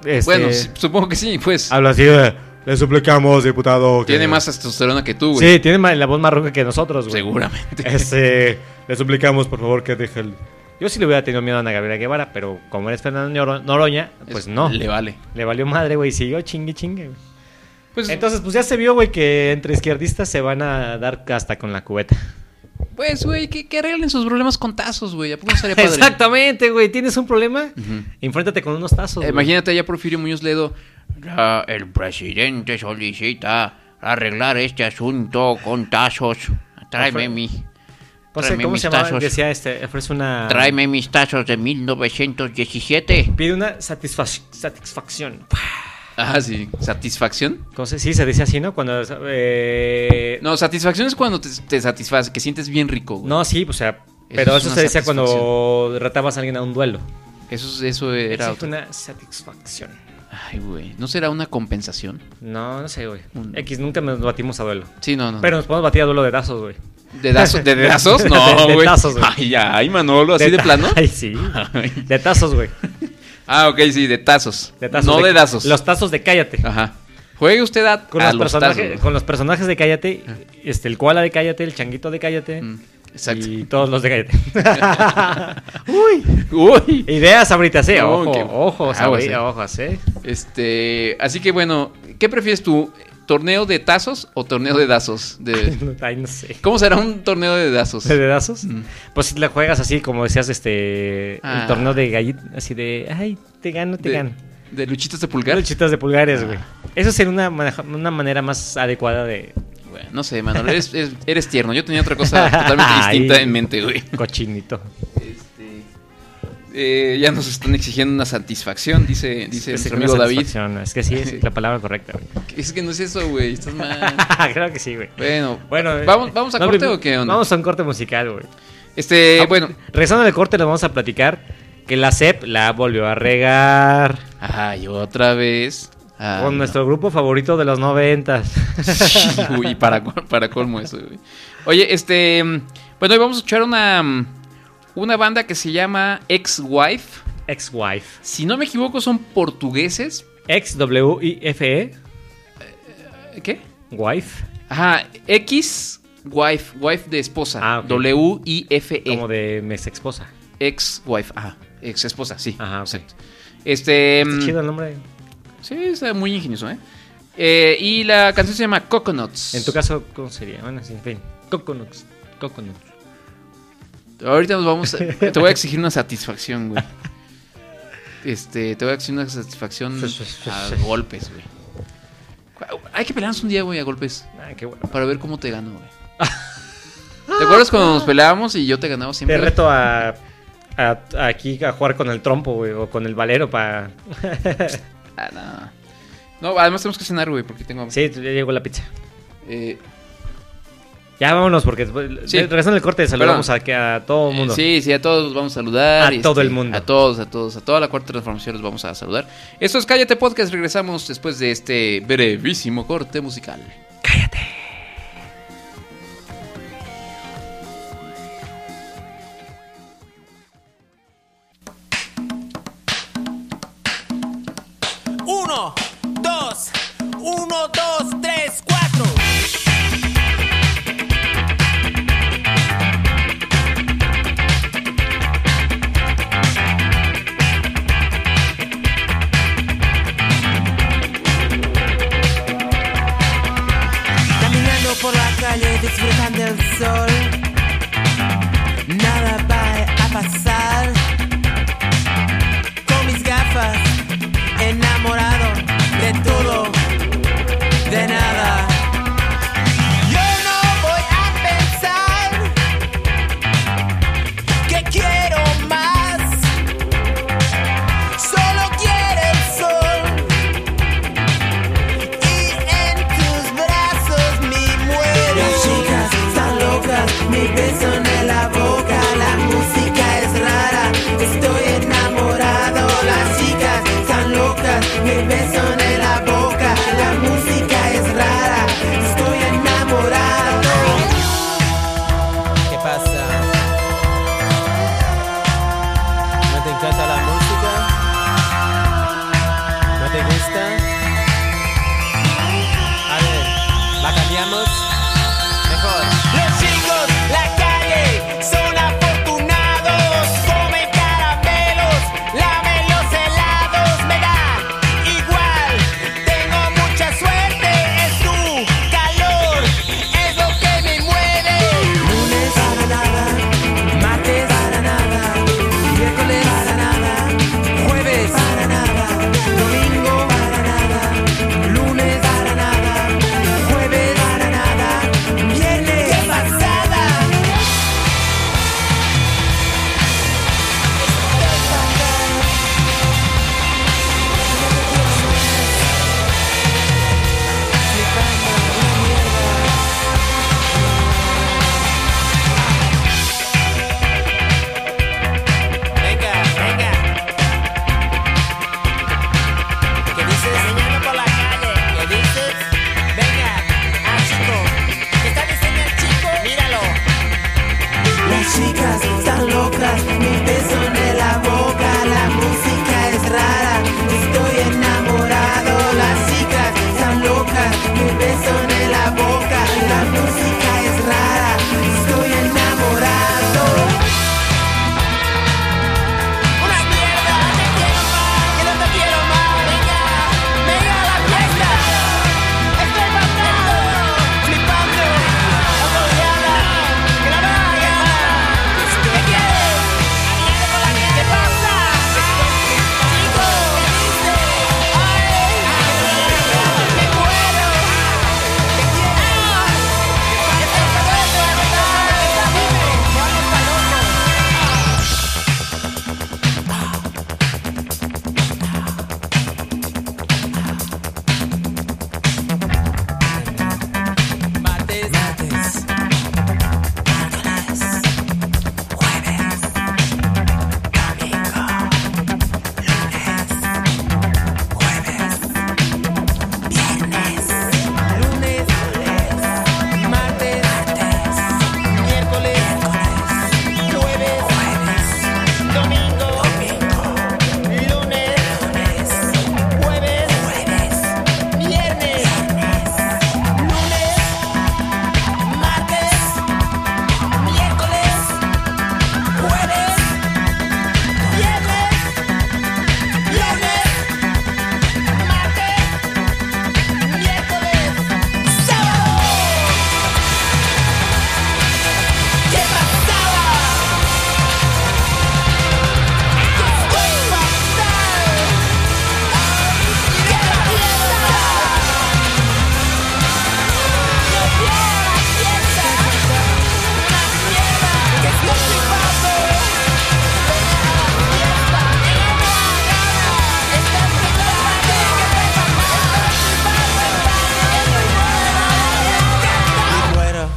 S3: Este, ah,
S2: Bueno, sí, supongo que sí, pues.
S3: Habla así de. Le suplicamos, diputado. que-".
S2: Tiene más testosterona que tú, güey.
S3: Sí, tiene ma- la voz más ronca que nosotros, güey.
S2: Seguramente.
S3: Este, le suplicamos, por favor, que deje el, Yo sí le hubiera tenido miedo a Ana Gabriela Guevara, pero como eres Fernando Noro- Noroña, pues
S2: Es-
S3: no.
S2: Le
S3: Le,
S2: vale.
S3: valió madre, güey. Siguió chingue, chingue. güey.
S2: Pues,
S3: Entonces, pues ya se vio, güey, que entre izquierdistas se van a dar hasta con la cubeta.
S2: pues, güey, que, que arreglen sus problemas con tazos, güey. ¿A poco no estaría padre?
S3: Exactamente, güey. ¿Tienes un problema?
S2: Ujú.
S3: Enfréntate con unos tazos. güey.
S2: Eh, Imagínate allá Porfirio Muñoz Ledo. "Ya el presidente solicita arreglar este asunto con tazos. Tráeme,
S3: Alfredo.
S2: mi,
S3: No sé,
S2: tráeme
S3: ¿Cómo
S2: mis
S3: se llamaba?
S2: tazos.
S3: Decía este, ofrece una...
S2: tráeme mis tazos de 1917.
S3: Pide una satisfac- satisfacción.
S2: Ah, sí. ¿Satisfacción?
S3: ¿Cómo se- sí, se dice así, ¿no? Cuando... eh,
S2: No, satisfacción es cuando te, te satisface, que sientes bien rico, güey.
S3: No, sí, pues, o sea, pero
S2: es
S3: eso,
S2: una
S3: se decía
S2: satisfacción.
S3: cuando retabas a alguien a un duelo.
S2: Eso, eso era
S3: Existe
S2: otro.
S3: una satisfacción.
S2: Ay, güey. ¿No será una compensación?
S3: No, no sé, güey.
S2: Un- Ah.
S3: X, nunca nos batimos a duelo.
S2: Sí, no, no.
S3: Pero nos podemos batir a duelo de tazos, güey.
S2: ¿De, dazo- de dedazos?
S3: De-
S2: No,
S3: de
S2: güey.
S3: tazos, güey.
S2: Ay, ya, ay, Manolo, así de,
S3: ta-
S2: plano.
S3: Ay, sí.
S2: Ay.
S3: De tazos, güey.
S2: Ah, ok, sí, de tazos.
S3: De tazos.
S2: no dedazos.
S3: Los tazos de Cállate.
S2: Ajá. Juegue usted a,
S3: Con
S2: a
S3: los,
S2: los
S3: personajes,
S2: tazos.
S3: con los personajes de Cállate, este, el koala de Cállate, el changuito de Cállate
S2: Mm, Exacto.
S3: y todos los de Cállate. Uy,
S2: Uy.
S3: ideas ahorita, sí,
S2: No,
S3: ojo,
S2: que-
S3: ojos,
S2: aguas,
S3: ahorita,
S2: eh.
S3: ojos, eh.
S2: Este, así que bueno, ¿qué prefieres tú? ¿Torneo de tazos o torneo de dazos? De...
S3: Ay, no sé.
S2: ¿Cómo será un torneo de dazos?
S3: ¿De dedazos?
S2: Mm.
S3: Pues si la juegas así, como decías, este.
S2: Ah.
S3: El torneo de gallit, así de. Ay, te gano, te
S2: De,
S3: gano.
S2: de luchitas de pulgar. Ah.
S3: Luchitas de pulgares, güey. Eso sería una, maneja- una manera más adecuada de
S2: Bueno, no sé, Manolo, eres, eres- eres tierno. Yo tenía otra cosa totalmente
S3: Ay.
S2: distinta en mente, güey.
S3: cochinito.
S2: Este, eh, ya nos están exigiendo una satisfacción, dice, dice
S3: Es
S2: nuestro
S3: una
S2: amigo David.
S3: satisfacción, Es que sí, es la palabra correcta, güey.
S2: Es que no es eso, güey. Estás mal.
S3: claro que sí, güey.
S2: Bueno,
S3: Bueno, eh,
S2: ¿vamos, vamos a
S3: no,
S2: corte
S3: güey,
S2: o qué onda?
S3: Vamos a un corte musical, güey.
S2: Este,
S3: Ah,
S2: bueno.
S3: Regresando al corte, les vamos a platicar que la CEP la volvió a regar
S2: Ay, otra vez. Ah,
S3: con
S2: no.
S3: nuestro grupo favorito de los noventas.
S2: Sí, güey, para, col- para colmo eso, güey. Oye, este. mm, Bueno, hoy vamos a escuchar una. mm, Una banda que se llama Ex-Wife.
S3: Ex-Wife.
S2: Si no me equivoco, son portugueses.
S3: Ex-W-I-F-E.
S2: ¿Qué?
S3: E, Wife.
S2: Ajá, X-Wife. Wife de esposa.
S3: Ah, ok. Como
S2: W-I-F-E.
S3: de mes esposa.
S2: Ex-Wife. Ajá, ex-esposa, sí.
S3: Ajá, ok.
S2: exacto. Este.
S3: Está
S2: mm,
S3: chido el nombre.
S2: Sí, está muy ingenioso, ¿eh? Eh, y la canción se llama Coconuts.
S3: En tu caso, ¿cómo sería? Bueno, sí, en fin. Coconuts. Coconuts.
S2: Ahorita nos vamos. a- te voy a exigir una satisfacción, güey. Este, te voy a exigir una satisfacción a golpes, güey. Hay que pelearnos un día, güey, a golpes.
S3: Ah, qué bueno.
S2: Para ver cómo te gano, güey. ¿Te acuerdas cuando nos peleábamos y yo te ganaba siempre?
S3: Te reto a, a- a aquí a jugar con el trompo, güey, o con el valero para...
S2: Ah, no. No, además tenemos que cenar, güey, porque tengo hambre.
S3: Sí, ya llegó la pizza.
S2: Eh,
S3: Ya vámonos, porque después-
S2: Sí.
S3: de- regresando el corte saludamos a, que- a todo el mundo.
S2: Eh, sí, sí, a todos los vamos a saludar. este,
S3: A todo el mundo.
S2: A todos, a todos, a toda la cuarta transformación los vamos a saludar. Esto es Cállate Podcast. Regresamos después de este brevísimo corte musical.
S5: Uno, dos, uno, dos, tres, cuatro. Caminando por la calle, disfrutando del sol. Nada va a pasar. Con mis gafas enamorado de todo Las chicas están locas, mi beso en la boca, la música es rara, estoy enamorado. Las chicas están locas, mi beso en la boca, la música es rara, estoy enamorado.
S6: Una mierda, te quiero más, que no te quiero más Venga, venga a la fiesta Estoy matando, flipando Apoyada, que no me hagas ¿Qué quieres? ¿Qué pasa? Chico, ¿qué dices? Ay, me muero ¿Qué quieres? Estoy pagando, ¿verdad? Dime, vamos para loco
S5: Mates, martes, miércoles, jueves, domingo, lunes, jueves, viernes, lunes, lunes, martes, martes, miércoles, miércoles, jueves, jueves, domingo, domingo, lunes, lunes, jueves, jueves, viernes, viernes, lunes. Martes, miércoles, jueves, viernes, lunes, martes, miércoles, sábado. ¿Qué pasaba? ¿Qué pasaba? ¿Qué pasaba? Una fiesta, una fiesta, que estoy flipando. Venga a la fiesta, tengo más ganas. Estás flipando, estás flipando, estás flipando. Bueno.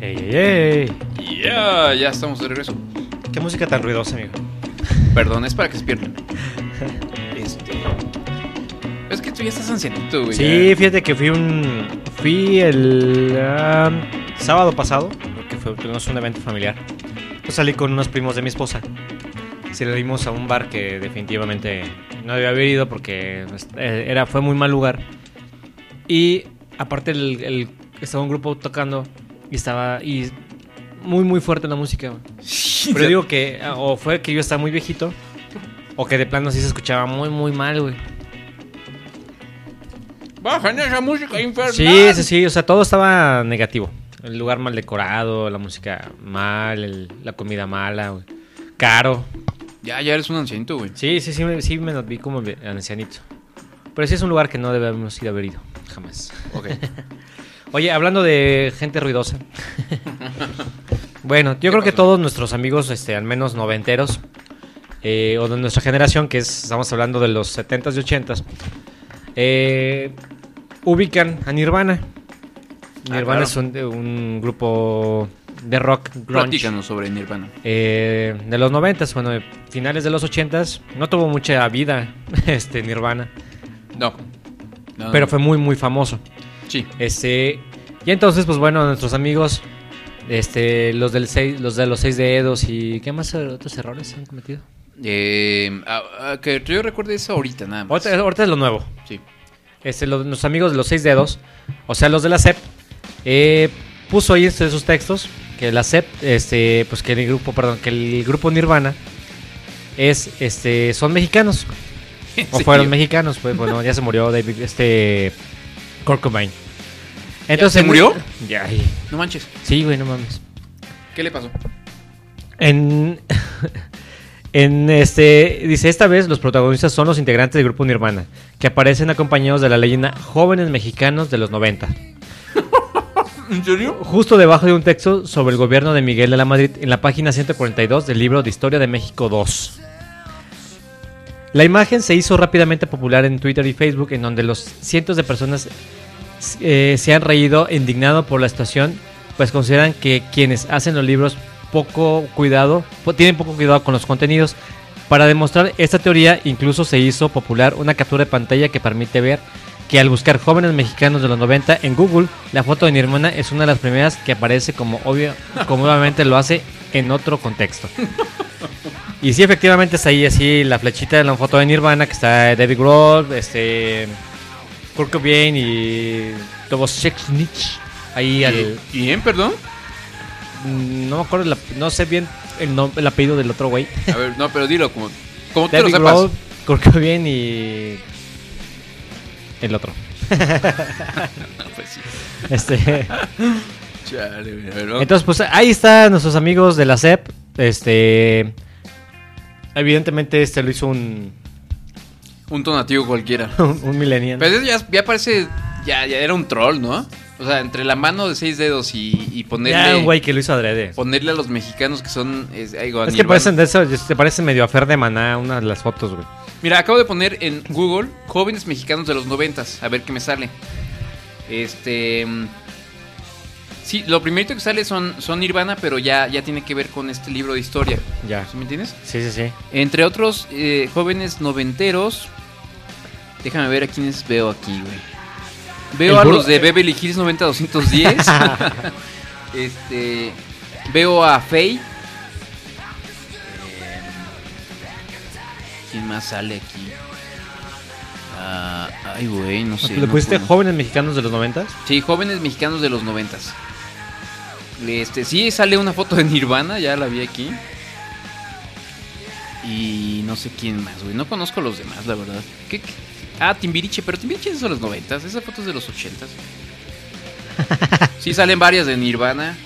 S3: Ey, ey, ey.
S2: Ya, ya estamos de regreso.
S3: Qué música tan ruidosa, amigo.
S2: Perdón, es para que despierten. Este. Es que tú ya estás ancianito, güey.
S3: Sí, fíjate que fui un. Fui el. ah, sábado pasado, que fue, tuvimos un evento familiar. Pues salí con unos primos de mi esposa. Se le dimos a un bar que definitivamente no debía haber ido porque pues, eh, era, fue muy mal lugar. Y aparte, el, el- estaba un grupo tocando y estaba. Y muy, muy fuerte la música. güey.
S2: Ya.
S3: Pero digo que ah, o fue que yo estaba muy viejito o que de plano sí se escuchaba muy, muy mal, güey.
S2: Bajan esa música infernal.
S3: Sí, sí, sí, o sea, todo estaba negativo. El lugar mal decorado, la música mal, el- la comida mala, güey. caro.
S2: Ya, ya eres un ancianito, güey.
S3: Sí, sí, sí, me- sí me vi como ve- ancianito. Pero sí es un lugar que no debemos ir a haber ido, jamás.
S2: Ok.
S3: Oye, hablando de gente ruidosa. bueno, yo creo que todos nuestros amigos, este, al menos noventeros, eh, o de nuestra generación, que es- estamos hablando de los 70s y 80s, eh, ubican a Nirvana.
S2: Ah,
S3: Nirvana
S2: claro.
S3: es un, un grupo de rock grunge
S2: Platícanos sobre Nirvana.
S3: eh, de los 90, bueno, de finales de los 80s. No tuvo mucha vida este Nirvana,
S2: No. No, no,
S3: pero
S2: no.
S3: fue muy, muy famoso.
S2: Sí.
S3: Este, y entonces, pues bueno, nuestros amigos, este, los del seis, los de los seis dedos y ¿qué más eh, otros errores han cometido?
S2: Eh, a- a que yo recuerde eso ahorita, nada más.
S3: Ahorita, ahorita es lo nuevo.
S2: Sí.
S3: Este, los, nuestros amigos de los seis dedos, o sea, los de la CEP, eh, puso ahí este, sus textos que la CEP, este, pues que el grupo, perdón, que el grupo Nirvana es, este, son mexicanos o
S2: Sí.
S3: fueron mexicanos, pues bueno, ya se murió David, este, Kurt Cobain.
S2: se murió?
S3: Ya,
S2: No manches.
S3: sí, güey, no mames.
S2: ¿Qué le pasó?
S3: En, en este dice esta vez los protagonistas son los integrantes del grupo Nirvana que aparecen acompañados de la leyenda jóvenes mexicanos de los 90.
S2: ¿En serio?
S3: Justo debajo de un texto sobre el gobierno de Miguel de la Madrid en la página 142 del libro de Historia de México 2. La imagen se hizo rápidamente popular en Twitter y Facebook en donde los cientos de personas eh, se han reído, indignado por la situación, pues consideran que quienes hacen los libros poco cuidado, po- tienen poco cuidado con los contenidos. Para demostrar esta teoría, incluso se hizo popular una captura de pantalla que permite ver que al buscar jóvenes mexicanos de los 90 en Google, la foto de Nirvana es una de las primeras que aparece como obvio, como obviamente lo hace en otro contexto. Y sí, efectivamente está ahí así la flechita de la foto de Nirvana, que está David Grohl, este Kurt Cobain y Tobo Sexnich. Ahí al,
S2: ¿Quién, perdón?
S3: Mm, No me acuerdo, la- no sé bien el, nom- el apellido del otro güey.
S2: A ver, no, pero dilo, como, como tú te lo
S3: David
S2: sepas.
S3: Grohl, Kurt Cobain y. El otro.
S2: Pues sí.
S3: Este.
S2: Chale, güey, a ver, vamos.
S3: Entonces, pues ahí están nuestros amigos de la CEP. Este. Evidentemente, este lo hizo un.
S2: un tonativo cualquiera.
S3: Un, un millennial.
S2: Pero eso ya, ya parece, ya, ya era un troll, ¿no? O sea, entre la mano de seis dedos y, y ponerle,
S3: Ya, un güey que lo hizo adrede.
S2: ponerle a los mexicanos que son... Es, digo, a
S3: Es que
S2: Nirvana.
S3: parecen de eso, te parece medio a Fer de Maná una de las fotos, güey.
S2: Mira, acabo de poner en Google jóvenes mexicanos de los noventas. A ver qué me sale. Este. mm, Sí, lo primerito que sale son, son Nirvana, pero ya, ya tiene que ver con este libro de historia.
S3: Ya.
S2: ¿Sí me entiendes?
S3: Sí, sí, sí.
S2: Entre otros eh, jóvenes noventeros. Déjame ver a quiénes veo aquí, güey. Veo
S3: El
S2: a
S3: burro-
S2: los de Beverly Hills 90210. este. Veo a Faye. Em, ¿Quién más sale aquí? Ah, ay, güey, no sé.
S3: ¿Le
S2: no
S3: pusiste
S2: puedo.
S3: jóvenes mexicanos de los noventas?
S2: Sí, jóvenes mexicanos de los noventas. Este, sí, sale una foto de Nirvana, ya la vi aquí. Y no sé quién más, güey. No conozco los demás, la verdad. ¿Qué- qué? Ah, Timbiriche, pero Timbiriche es de los noventas. Esa foto es de los ochentas. Sí, salen varias de Nirvana.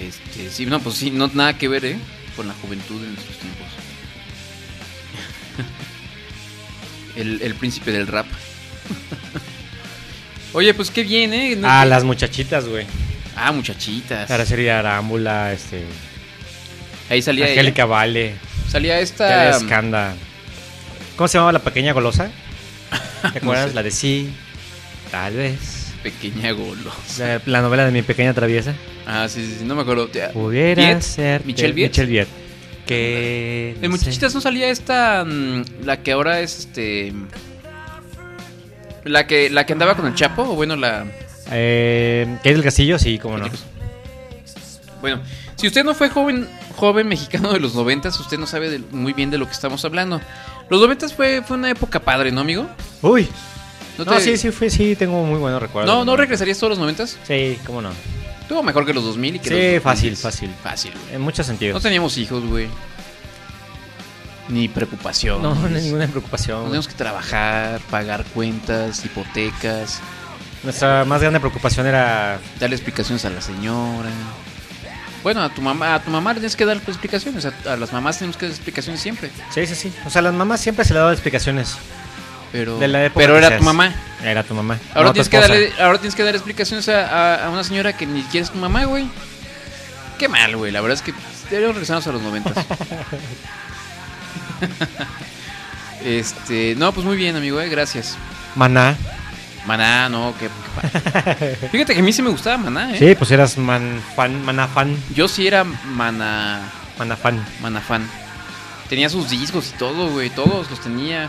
S2: Este, sí, no, pues sí, no nada que ver, ¿eh? Con la juventud de nuestros tiempos. El, el príncipe del rap. Oye, pues qué bien, ¿eh? No-
S3: Ah, las muchachitas, güey.
S2: Ah, muchachitas.
S3: Araceli Arámbula, este.
S2: Ahí salía ella.
S3: Angélica Vale,
S2: Salía
S3: Tere
S2: esta. um,
S3: Escanda. ¿Cómo se llamaba la pequeña golosa? ¿Te acuerdas?
S2: sé.
S3: La de sí, tal vez.
S2: Pequeña golosa.
S3: La, la novela de mi pequeña traviesa.
S2: Ah, sí, sí, sí, no me acuerdo.
S3: Pudiera
S2: Viet,
S3: ser.
S2: Michelle Viet.
S3: Michelle Viet. Que.
S2: En
S3: no sé.
S2: Muchachitas no salía esta. mm, La que ahora es este. La que, la que andaba con el Chapo, o bueno, la.
S3: Eh, ¿Kate del Castillo? Sí, cómo no.
S2: Bueno, si usted no fue joven, joven mexicano de los noventas, usted no sabe de- muy bien de lo que estamos hablando. Los noventas fue, fue una época padre, ¿no, amigo?
S3: Uy. No,
S2: te-
S3: sí, sí, fue, sí, tengo muy buenos recuerdos.
S2: No, no regresarías todos los noventas.
S3: Sí, cómo no.
S2: Estuvo mejor que los 2000 y que
S3: Sí,
S2: los 2010.
S3: fácil, fácil.
S2: Fácil, güey.
S3: En muchos
S2: No
S3: sentidos.
S2: teníamos hijos, güey. Ni preocupación.
S3: No, no, hay
S2: Nos
S3: ninguna preocupación. güey.
S2: Teníamos que trabajar, pagar cuentas, hipotecas,
S3: Nuestra más grande preocupación era
S2: darle explicaciones a la señora. Bueno, a tu mamá, a tu mamá le tienes que dar explicaciones, a, a las mamás tenemos que dar explicaciones siempre.
S3: Sí, sí, sí. O sea, las mamás siempre se le daban explicaciones.
S2: Pero,
S3: De la época
S2: pero
S3: que
S2: era
S3: seas.
S2: tu mamá.
S3: Era tu mamá.
S2: Ahora,
S3: no tu
S2: tienes que
S3: esposa.
S2: darle, ahora tienes que dar explicaciones a, a- a una señora que ni siquiera es tu mamá, güey. Qué mal, güey. La verdad es que deberíamos regresarnos a los noventas. este, no, pues muy bien, amigo, eh, gracias.
S3: Maná.
S2: Maná, no, qué, qué padre. Fíjate que a mí sí me gustaba Maná, ¿eh?
S3: Sí, pues eras man, fan, maná fan.
S2: Yo sí era Maná,
S3: Maná fan.
S2: Maná fan. Tenía sus discos y todo, güey, todos los tenía.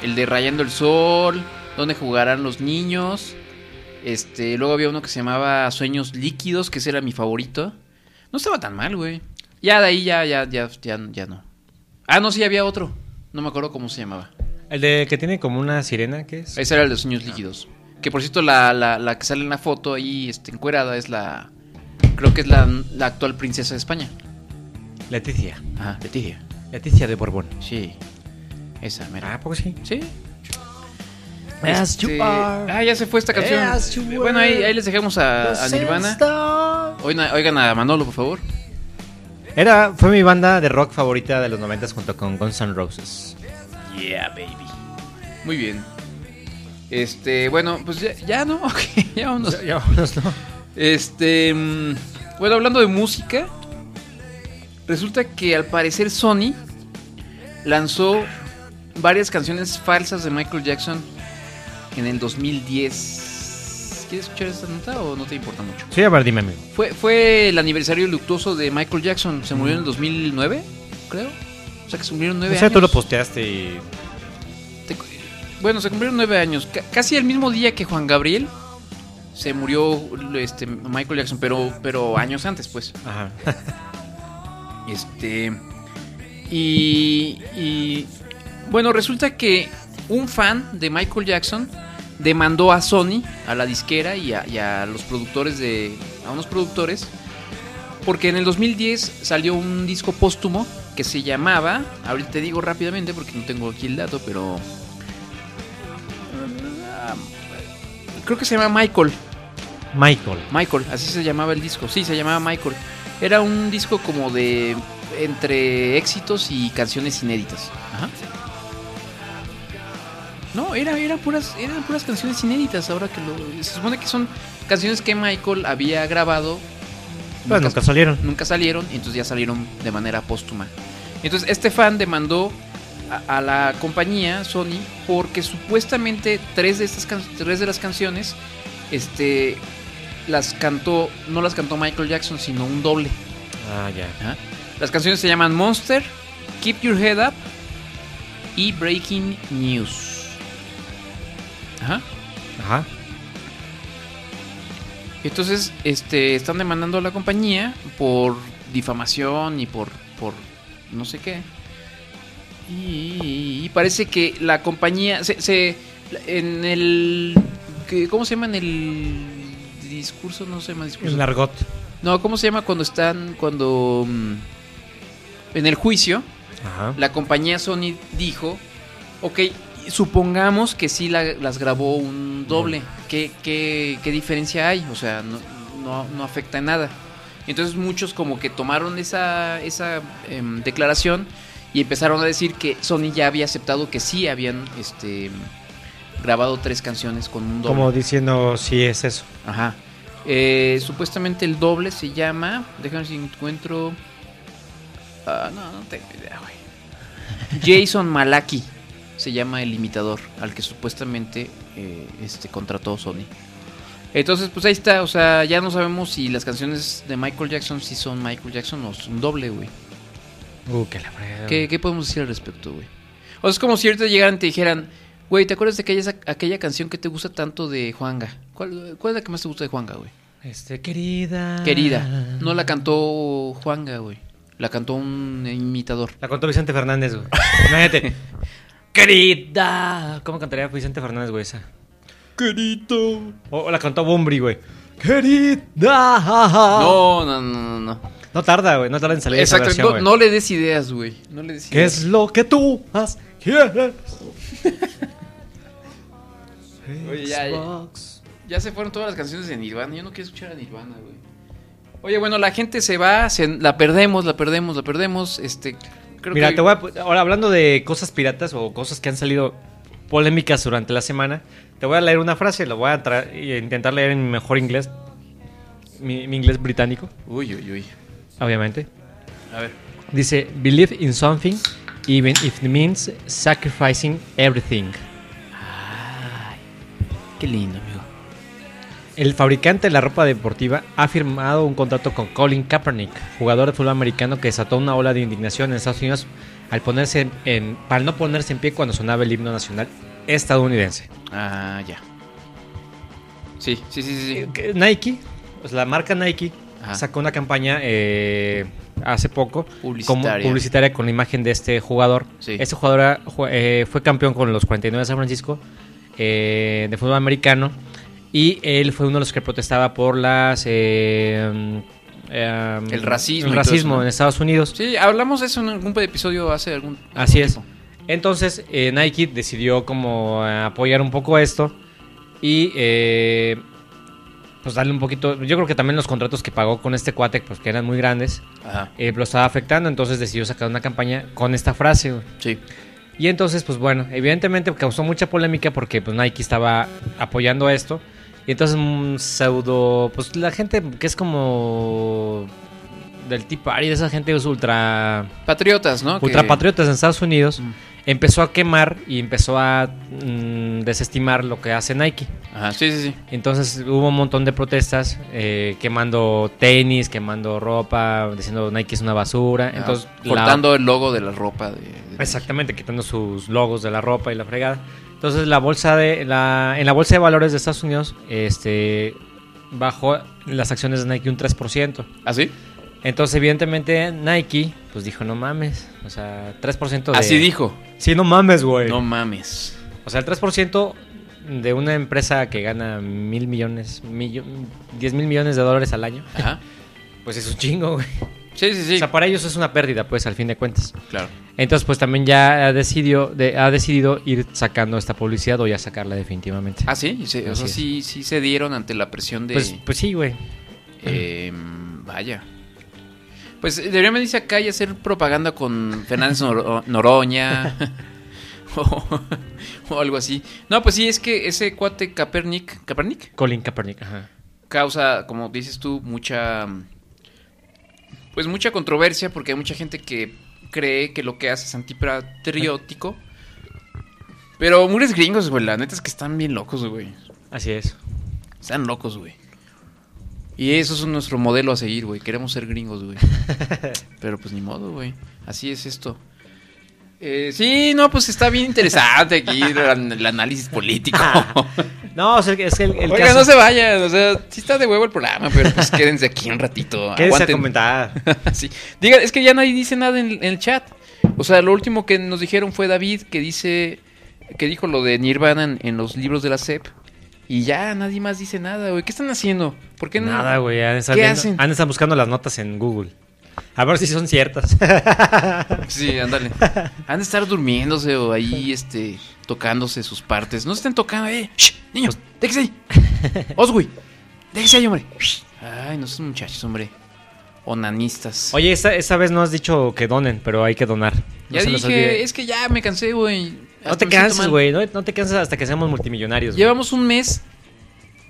S2: El de Rayando el Sol, Donde jugarán los niños. Este, luego había uno que se llamaba Sueños Líquidos, que ese era mi favorito. No estaba tan mal, güey. Ya de ahí ya ya ya ya, ya no. Ah, no, sí había otro. No me acuerdo cómo se llamaba.
S3: El de que tiene como una sirena, ¿qué es?
S2: Ese era el de sueños líquidos. Que por cierto, la, la, la que sale en la foto ahí este, encuerada es la. Creo que es la, la actual princesa de España.
S3: Leticia.
S2: Ajá, Leticia.
S3: Leticia de Borbón.
S2: Sí. Esa, mira.
S3: Ah, ¿a poco sí.
S2: Sí.
S3: As you
S2: Este,
S3: are.
S2: Ah, ya se fue esta canción. Eh,
S3: As you were.
S2: Bueno, ahí, ahí les dejamos a, a Nirvana. Oigan, oigan a Manolo, por favor.
S3: Era, fue mi banda de rock favorita de los 90 junto con Guns N' Roses.
S2: Yeah, baby. Muy bien. Este, bueno, pues ya, ya no. Ok, ya vámonos.
S3: Ya vámonos, ¿no?
S2: Este. mm, Bueno, hablando de música, resulta que al parecer Sony lanzó varias canciones falsas de Michael Jackson en el 2010. ¿Quieres escuchar esta nota o no te importa mucho?
S3: Sí, a ver, dime, amigo.
S2: Fue, fue el aniversario luctuoso de Michael Jackson. Se murió en el 2009, creo. O sea que se cumplieron
S3: O
S2: nueve
S3: sea,
S2: años.
S3: tú lo posteaste y...
S2: Te- Bueno, se cumplieron nueve años. Ca- casi el mismo día que Juan Gabriel se murió este, Michael Jackson, pero, pero años antes, pues.
S3: Ajá.
S2: Este. Y, y, Bueno, resulta que un fan de Michael Jackson demandó a Sony, a la disquera y a, y a los productores de. a unos productores. Porque en el 2010 salió un disco póstumo que se llamaba. Ahorita te digo rápidamente porque no tengo aquí el dato, pero. Creo que se llama Michael.
S3: Michael.
S2: Michael, así se llamaba el disco. Sí, se llamaba Michael. Era un disco como de entre éxitos y canciones inéditas. Ajá. No, era, era puras, eran puras canciones inéditas. Ahora que lo. Se supone que son canciones que Michael había grabado.
S3: Pues
S2: nunca-
S3: nunca salieron.
S2: nunca salieron y entonces ya salieron de manera póstuma. Entonces este fan demandó a, a la compañía Sony porque supuestamente tres de estas can- tres de las canciones este las cantó no las cantó Michael Jackson sino un doble.
S3: Ah, ya.
S2: Las canciones se llaman Monster, Keep Your Head Up y Breaking News. Ajá.
S3: Ajá.
S2: Entonces, este, están demandando a la compañía por difamación y por, por no sé qué. Y, y parece que la compañía se, se- en el ¿qué- ¿cómo se llama en el discurso? No se llama discurso.
S3: El argot.
S2: No, ¿cómo se llama cuando están cuando mm, en el juicio?
S3: Ajá.
S2: la compañía Sony dijo, ok, supongamos que sí la- las grabó un doble, ¿qué, qué, qué diferencia hay? O sea, no, no, no afecta en nada. Entonces muchos como que tomaron esa, esa em, declaración y empezaron a decir que Sony ya había aceptado que sí habían este, grabado tres canciones con un doble.
S3: Como diciendo, sí, es eso.
S2: Ajá. Eh, supuestamente el doble se llama. Déjame ver si encuentro. Ah, no, no tengo idea, güey. Jason Malaki se llama el imitador al que supuestamente eh, este, contrató Sony. Entonces, pues ahí está. O sea, ya no sabemos si las canciones de Michael Jackson sí son Michael Jackson o es un doble, güey.
S3: Uh, que la fregada.
S2: ¿Qué, qué podemos decir al respecto, güey? O sea, es como si ahorita llegaran y te dijeran, güey, ¿te acuerdas de aquella, aquella canción que te gusta tanto de Juanga? ¿Cuál, ¿Cuál es la que más te gusta de Juanga, güey?
S3: Este, querida.
S2: Querida. No la cantó Juanga, güey. La cantó un imitador.
S3: La contó Vicente Fernández, güey. Imagínate. Querida. ¿Cómo cantaría Vicente Fernández, güey, esa? Querido. O, o la cantó Bumbri, güey. Querida. No.
S2: No, no, no, no. no.
S3: No tarda, güey. No tarda en salir
S2: Exacto,
S3: esa Oh. versión,
S2: no,
S3: güey.
S2: no le des ideas, güey. No le des
S3: ¿Qué
S2: ideas.
S3: es lo que tú has quieres?
S2: Oye, ya, ya.
S3: Xbox.
S2: Ya se fueron todas las canciones de Nirvana. Yo no quiero escuchar a Nirvana, güey. Oye, bueno, la gente se va, se- la perdemos, la perdemos, la perdemos. Este, creo
S3: Mira,
S2: que-
S3: te voy a... pu- Ahora, hablando de cosas piratas o cosas que han salido polémicas durante la semana, te voy a leer una frase, la voy a tra- y intentar leer en mi mejor inglés, mi, mi inglés británico,
S2: Uy, uy, uy.
S3: obviamente.
S2: A ver.
S3: Dice, believe in something, even if it means sacrificing everything.
S2: Qué lindo, amigo.
S3: El fabricante de la ropa deportiva ha firmado un contrato con Colin Kaepernick, jugador de fútbol americano que desató una ola de indignación en Estados Unidos al ponerse en, al no ponerse en pie cuando sonaba el himno nacional estadounidense.
S2: Ah, ya. Sí, sí, sí, sí. sí.
S3: Eh, Que Nike, pues la marca Nike,
S2: Ajá.
S3: sacó una campaña eh, hace poco
S2: Publicitaria.
S3: como publicitaria con la imagen de este jugador.
S2: Sí.
S3: Este jugador era- ju- eh, fue campeón con los 49 de San Francisco eh, de fútbol americano y él fue uno de los que protestaba por las... eh, mm, eh,
S2: El racismo y
S3: El
S2: todo eso,
S3: racismo
S2: ¿no?
S3: en Estados Unidos.
S2: Sí, hablamos de eso en algún episodio hace algún.
S3: Así
S2: algún
S3: es.
S2: tiempo.
S3: Entonces eh, Nike decidió como eh, apoyar un poco esto y eh, pues darle un poquito, yo creo que también los contratos que pagó con este cuate, pues que eran muy grandes,
S2: Ajá.
S3: eh, lo estaba afectando, entonces decidió sacar una campaña con esta frase. güey.
S2: Sí.
S3: Y entonces, pues bueno, evidentemente causó mucha polémica porque pues Nike estaba apoyando esto. Y entonces un pseudo, pues la gente que es como del tipo y de esa gente es ultra
S2: Patriotas, ¿no? Que-
S3: ultrapatriotas en Estados Unidos
S2: Mm.
S3: empezó a quemar y empezó a mm, desestimar lo que hace Nike.
S2: Ajá, sí, sí, sí.
S3: Entonces hubo un montón de protestas eh, quemando tenis, quemando ropa, diciendo Nike es una basura. Entonces,
S2: Ah,
S3: la-
S2: cortando el logo de la ropa. De, de-
S3: Exactamente, quitando sus logos de la ropa y la fregada. Entonces la bolsa de la, en la bolsa de valores de Estados Unidos este, bajó las acciones de Nike un 3%.
S2: ¿Así?
S3: Entonces evidentemente Nike pues dijo, no mames, o sea, 3% de...
S2: Así dijo.
S3: Sí, no mames, güey.
S2: No mames.
S3: O sea, el 3% de una empresa que gana mil millones, millo- 10 mil millones de dólares al año,
S2: Ajá.
S3: pues es un chingo, güey.
S2: Sí, sí, sí.
S3: O sea, para ellos es una pérdida, pues, al fin de cuentas.
S2: Claro.
S3: Entonces, pues también ya decidió, de- ha decidido ir sacando esta publicidad o ya sacarla definitivamente.
S2: Ah, sí. sí, o
S3: Así
S2: sea,
S3: es.
S2: sí, sí se dieron ante la presión de.
S3: pues, pues sí, güey.
S2: Eh, vaya. Pues eh, debería venirse acá y hacer propaganda con Fernández Nor- Noroña. o, o algo así. No, pues sí, es que ese cuate Kaepernick. ¿Kaepernick?
S3: Colin Kaepernick, ajá.
S2: Causa, como dices tú, mucha. Pues mucha controversia porque hay mucha gente que cree que lo que hace es antipatriótico. Pero mures gringos, güey. La neta es que están bien locos, güey.
S3: Así es.
S2: Están locos, güey. Y eso es nuestro modelo a seguir, güey. Queremos ser gringos, güey. Pero pues ni modo, güey. Así es esto. Eh, sí, no, pues está bien interesante aquí el, an- el análisis político.
S3: No, o sea, es que el, el
S2: Oiga,
S3: caso-
S2: no se vayan. O sea, sí está de huevo el programa, pero pues quédense aquí un ratito.
S3: Quédese a
S2: aguanten.
S3: comentar.
S2: Sí. Diga, es que ya nadie dice nada en, en el chat. O sea, lo último que nos dijeron fue David que dice que dijo lo de Nirvana en, en los libros de la SEP. Y ya nadie más dice nada, güey. ¿Qué están haciendo? ¿Por qué no?
S3: Nada, güey. Han de estar
S2: ¿Qué
S3: viendo-
S2: hacen?
S3: han de estar buscando las notas en Google. A ver si son ciertas.
S2: Sí, ándale. Han de estar durmiéndose o ahí, este, tocándose sus partes. No se estén tocando, eh. Shh, niños,
S3: Pues-
S2: déjese ahí. Oswi, déjese ahí, hombre. Shh. Ay, no son muchachos, hombre. Onanistas.
S3: Oye, esta, esta vez no has dicho que donen, pero hay que donar. No
S2: ya
S3: se los olvide.
S2: dije, es que ya me cansé, güey.
S3: No
S2: Hasta
S3: te
S2: me siento
S3: canses,
S2: mal.
S3: güey. No, no te canses hasta que seamos multimillonarios. Pues güey.
S2: Llevamos un mes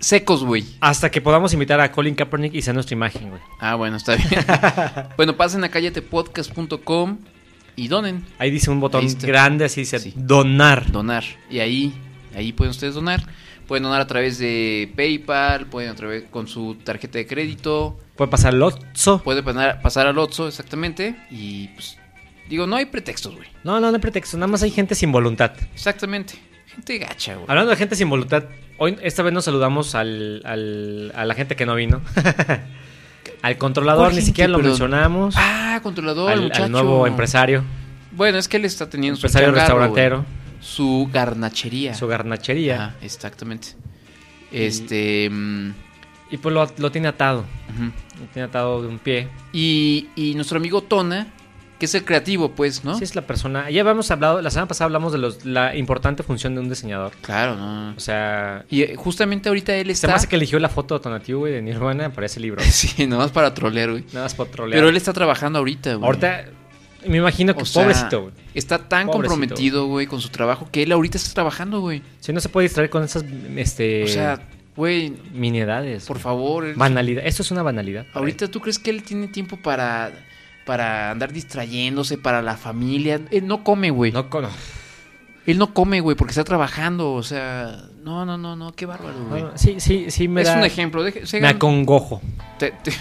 S2: secos, güey.
S3: Hasta que podamos invitar a Colin Kaepernick y sea nuestra imagen, güey.
S2: Ah, bueno, está bien. bueno, pasen a calletepodcast.com y donen,
S3: Ahí dice un botón
S2: Ahí está.
S3: grande, así dice
S2: Sí.
S3: donar.
S2: donar. Y ahí, ahí pueden ustedes donar. Pueden donar a través de PayPal, pueden a través con su tarjeta de crédito,
S3: Puede pasar Lotso.
S2: puede panar- pasar al Otso exactamente. Y pues, digo, no hay pretextos, güey.
S3: No, no, no hay pretexto. Nada más hay gente sin voluntad.
S2: Exactamente. Gente gacha, güey.
S3: Hablando de gente sin voluntad, hoy esta vez nos saludamos al, al- a la gente que no vino. al
S2: ¿Cuál
S3: controlador, ni
S2: gente,
S3: siquiera lo
S2: perdón?
S3: mencionamos.
S2: Ah, controlador,
S3: al, al
S2: muchacho.
S3: nuevo empresario,
S2: Bueno, es que él está teniendo su
S3: empresario
S2: changarro, güey.
S3: restaurantero,
S2: Su garnachería.
S3: su garnachería.
S2: Ajá, exactamente. Este. mm,
S3: Y pues lo, lo tiene atado.
S2: ujú.
S3: Lo tiene atado de un pie.
S2: y, y nuestro amigo Tona, que es el creativo, pues, ¿no?
S3: Sí, es la persona. Ya habíamos hablado, la semana pasada hablamos de los, la importante función de un diseñador.
S2: Claro, no.
S3: O sea,
S2: Y eh, justamente ahorita él
S3: se
S2: está.
S3: me hace que eligió la foto de Tonatiuh, güey, de Nirvana para ese libro.
S2: Sí, nomás para trolear, güey.
S3: Nada más por trolear.
S2: Pero él está trabajando ahorita, güey.
S3: Ahorita, me imagino que
S2: O sea,
S3: pobrecito, güey.
S2: Está tan
S3: Pobrecito,
S2: comprometido, güey, con su trabajo que él ahorita está trabajando, güey.
S3: Si no se puede distraer con esas, este...
S2: O sea, güey,
S3: miniedades.
S2: por
S3: güey.
S2: favor. él-
S3: Banalidad. Esto es una banalidad. para él.
S2: Ahorita, ¿tú crees que él tiene tiempo para, para andar distrayéndose, para la familia? Él no come, güey.
S3: No, con- no,
S2: Él no come, güey, porque está trabajando. O sea, no, no, no, no, qué bárbaro, güey.
S3: no, sí, sí, sí me
S2: es
S3: da-
S2: un ejemplo. deje-
S3: Me
S2: sigan-
S3: acongojo.
S2: te- te-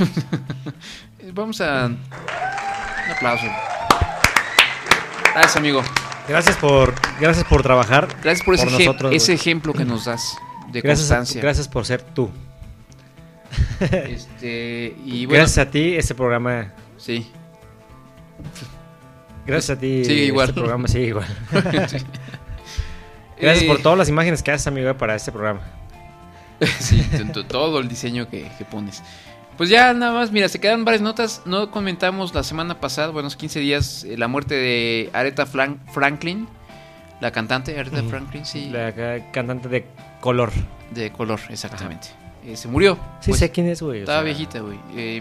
S2: Vamos a. Un aplauso. Gracias, amigo.
S3: Gracias por, gracias por trabajar.
S2: Gracias por ese,
S3: Por
S2: ejem-
S3: nosotros, güey.
S2: ese ejemplo que nos das de
S3: Gracias, a-
S2: constancia.
S3: gracias por ser tú.
S2: Este, y bueno,
S3: Gracias a ti, este programa.
S2: sí.
S3: Gracias a ti,
S2: Sigue igual.
S3: este programa sigue igual. Gracias
S2: Eh,
S3: por todas las imágenes que haces, amigo, para este programa.
S2: Sí, t- t- todo el diseño que, que pones. Pues ya nada más, mira, se quedan varias notas. No comentamos la semana pasada, bueno, hace 15 días, eh, la muerte de Aretha Flan- Franklin, la cantante Aretha
S3: Ujú.
S2: Franklin, sí,
S3: Mm. La ca- cantante de color.
S2: de color, exactamente. Eh, se murió.
S3: Sí
S2: pues,
S3: sé quién es, güey. o
S2: Estaba
S3: sea,
S2: viejita, güey. Eh,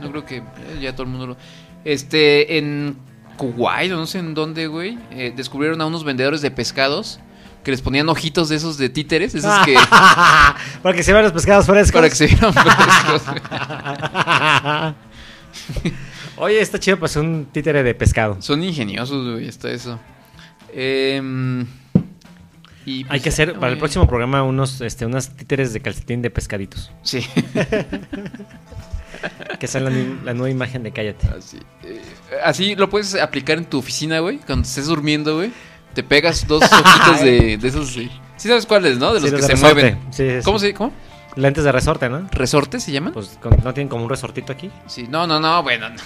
S2: no creo que eh, ya todo el mundo lo... Este, en Kuwait, o no sé en dónde, güey, eh, descubrieron a unos vendedores de pescados que les ponían ojitos de esos de títeres, esos
S3: Ah.
S2: que...
S3: para que se vean los pescados frescos.
S2: para que se vieran frescos, güey.
S3: Oye, está chido, pues un títere de pescado.
S2: Son ingeniosos, güey, está eso. Em, y,
S3: Hay
S2: pues,
S3: que hacer para el
S2: eh,
S3: próximo programa unos, este, unas títeres de calcetín de pescaditos.
S2: Sí.
S3: Que sea la, ni- la nueva imagen de Cállate.
S2: Así, eh, así lo puedes aplicar en tu oficina, güey. Cuando estés durmiendo, güey. Te pegas dos ojitos de, de esos. Sí. Sí sabes cuáles, ¿no? De los
S3: Sí,
S2: que
S3: de
S2: se
S3: resorte.
S2: mueven.
S3: Sí, sí, sí.
S2: ¿Cómo se ¿Cómo?
S3: Lentes de resorte, ¿no?
S2: ¿Resortes se llaman?
S3: Pues con- no tienen como un resortito aquí.
S2: Sí. No, no, no, bueno. No,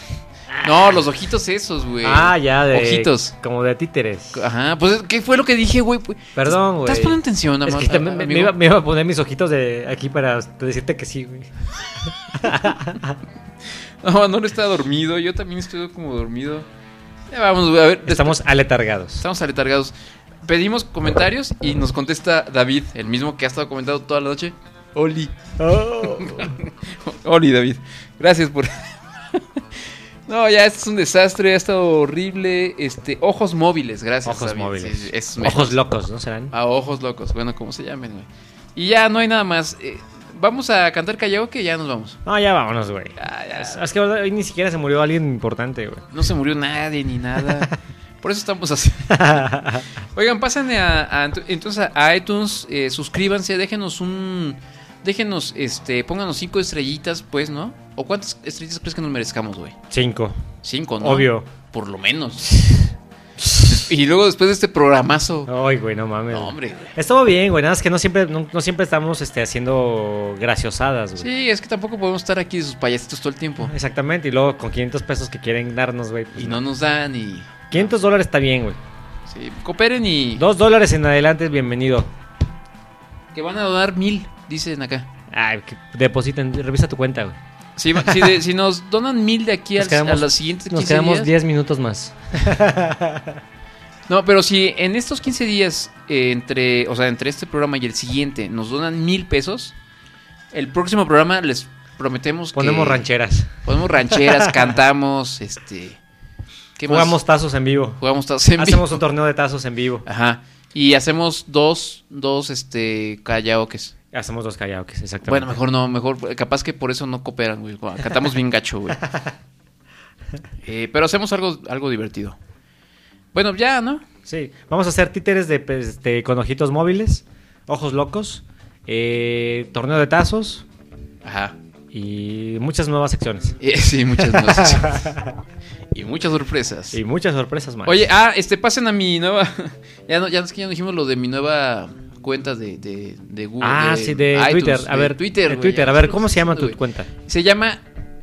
S2: No, los ojitos esos, güey.
S3: Ah, ya, de.
S2: Ojitos.
S3: Como de títeres.
S2: Ajá. Pues, ¿qué fue lo que dije, güey? Pues,
S3: Perdón, güey.
S2: ¿Estás poniendo atención,
S3: Es
S2: amor?
S3: que también me, me
S2: amigo?
S3: iba, me iba a poner mis ojitos de aquí para decirte que sí, güey.
S2: Este No, no está dormido. Yo también estoy como dormido. Ya vamos, güey. A ver. desp-
S3: Estamos aletargados.
S2: Estamos aletargados. Pedimos comentarios y nos contesta David, el mismo que ha estado comentando toda la noche. Oli.
S3: Oh.
S2: Oli, David. Gracias por. No, ya esto es un desastre, ha estado horrible. Este, ojos móviles, gracias.
S3: Ojos
S2: David.
S3: móviles.
S2: Sí, sí, es mejor.
S3: Ojos locos, ¿no serán?
S2: A ojos locos, bueno, como se llamen, güey. Y ya no hay nada más. Eh, vamos a cantar karaoke, ya nos vamos.
S3: No, ya vámonos, güey.
S2: Ah, ya
S3: Es, es que hoy ni siquiera se murió alguien importante, güey.
S2: No se murió nadie ni nada. Por eso estamos así. Oigan, pasen a, a- entonces a iTunes, eh, suscríbanse, déjenos un. Déjenos, este, pónganos cinco estrellitas, pues, ¿no? ¿O cuántas estrellitas crees que nos merezcamos, güey?
S3: Cinco.
S2: Cinco, ¿no?
S3: Obvio.
S2: Por lo menos. y luego después de este programazo.
S3: Ay, güey, no mames.
S2: No, hombre, güey.
S3: Estuvo bien, güey. Nada más que no siempre, no, no siempre estamos este, haciendo graciosadas, güey.
S2: Sí, es que tampoco podemos estar aquí de sus payasitos todo el tiempo.
S3: Exactamente. Y luego con 500 pesos que quieren darnos, güey. pues
S2: Y
S3: no.
S2: no nos dan y.
S3: 500 dólares está bien, güey.
S2: Sí, cooperen y.
S3: Dos dólares en adelante es bienvenido.
S2: Que van a donar mil, dicen acá.
S3: Ay, que depositen, revisa tu cuenta, güey.
S2: Si, va- si de- si nos donan mil de aquí
S3: Nos
S2: al-
S3: quedamos-
S2: a los siguientes 15
S3: Nos quedamos
S2: días,
S3: 10 minutos más.
S2: No, pero si en estos 15 días, eh, entre, o sea, entre este programa y el siguiente, nos donan mil pesos, el próximo programa les prometemos
S3: Ponemos
S2: que
S3: rancheras.
S2: ponemos rancheras, cantamos, este, ¿qué más?
S3: Jugamos tazos en vivo.
S2: jugamos todos en vivo.
S3: Hacemos un torneo de tazos en vivo.
S2: Ajá. Y hacemos dos, dos, este, karaokes.
S3: Hacemos dos karaokes, exactamente.
S2: Bueno, mejor no, mejor, capaz que por eso no cooperan, güey. Cantamos bien gacho, güey. Eh, pero hacemos algo, algo divertido. Bueno, ya, ¿no?
S3: Sí, vamos a hacer títeres de, pues, este, con ojitos móviles, ojos locos, eh, torneo de tazos
S2: Ajá.
S3: y muchas nuevas secciones.
S2: Eh, Sí, muchas gracias. y muchas sorpresas.
S3: Y muchas sorpresas más.
S2: Oye, ah, este, pasen a mi nueva. ya no, ya es que ya no dijimos lo de mi nueva cuenta de, de, de Google.
S3: ah, sí, de
S2: eh, iTunes,
S3: Twitter. A
S2: de
S3: ver,
S2: Twitter.
S3: de
S2: güey,
S3: Twitter.
S2: ya
S3: A ver,
S2: estamos
S3: ¿cómo se llama
S2: haciendo,
S3: tu
S2: güey.
S3: cuenta?
S2: Se llama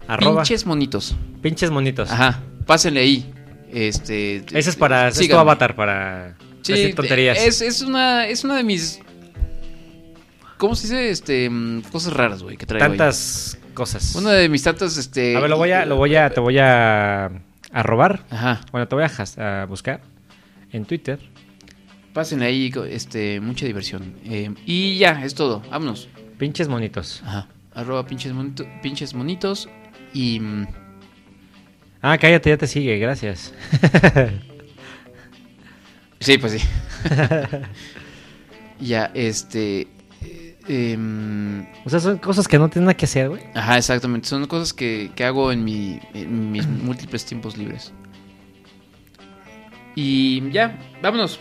S3: Arroba.
S2: Pinches Monitos.
S3: Pinches monitos.
S2: Ajá, pásenle ahí. Este.
S3: Ese es para. Es tu
S2: síganme.
S3: avatar para
S2: Sí,
S3: decir tonterías.
S2: Es, es una, es una de mis. ¿Cómo se dice? Este. mm, Cosas raras, güey, que traigo. ahí.
S3: Tantas cosas.
S2: Una de mis tantas, este.
S3: A ver, lo voy a, lo voy a, te voy a, a robar.
S2: Ajá.
S3: Bueno, te voy a, has- a buscar en Twitter.
S2: Pásenle ahí, co- este, mucha diversión. Eh, y ya, es todo. Vámonos.
S3: Pinches monitos.
S2: Ajá. Arroba pinches, monito- pinches monitos. Y. mm,
S3: Ah, cállate, ya te sigue, gracias.
S2: Sí, pues sí. ya, este. eh, em,
S3: O sea, son cosas que no tienen nada que hacer, güey.
S2: ajá, exactamente. Son cosas que, que hago en, mi, en mis múltiples tiempos libres. Y ya, vámonos.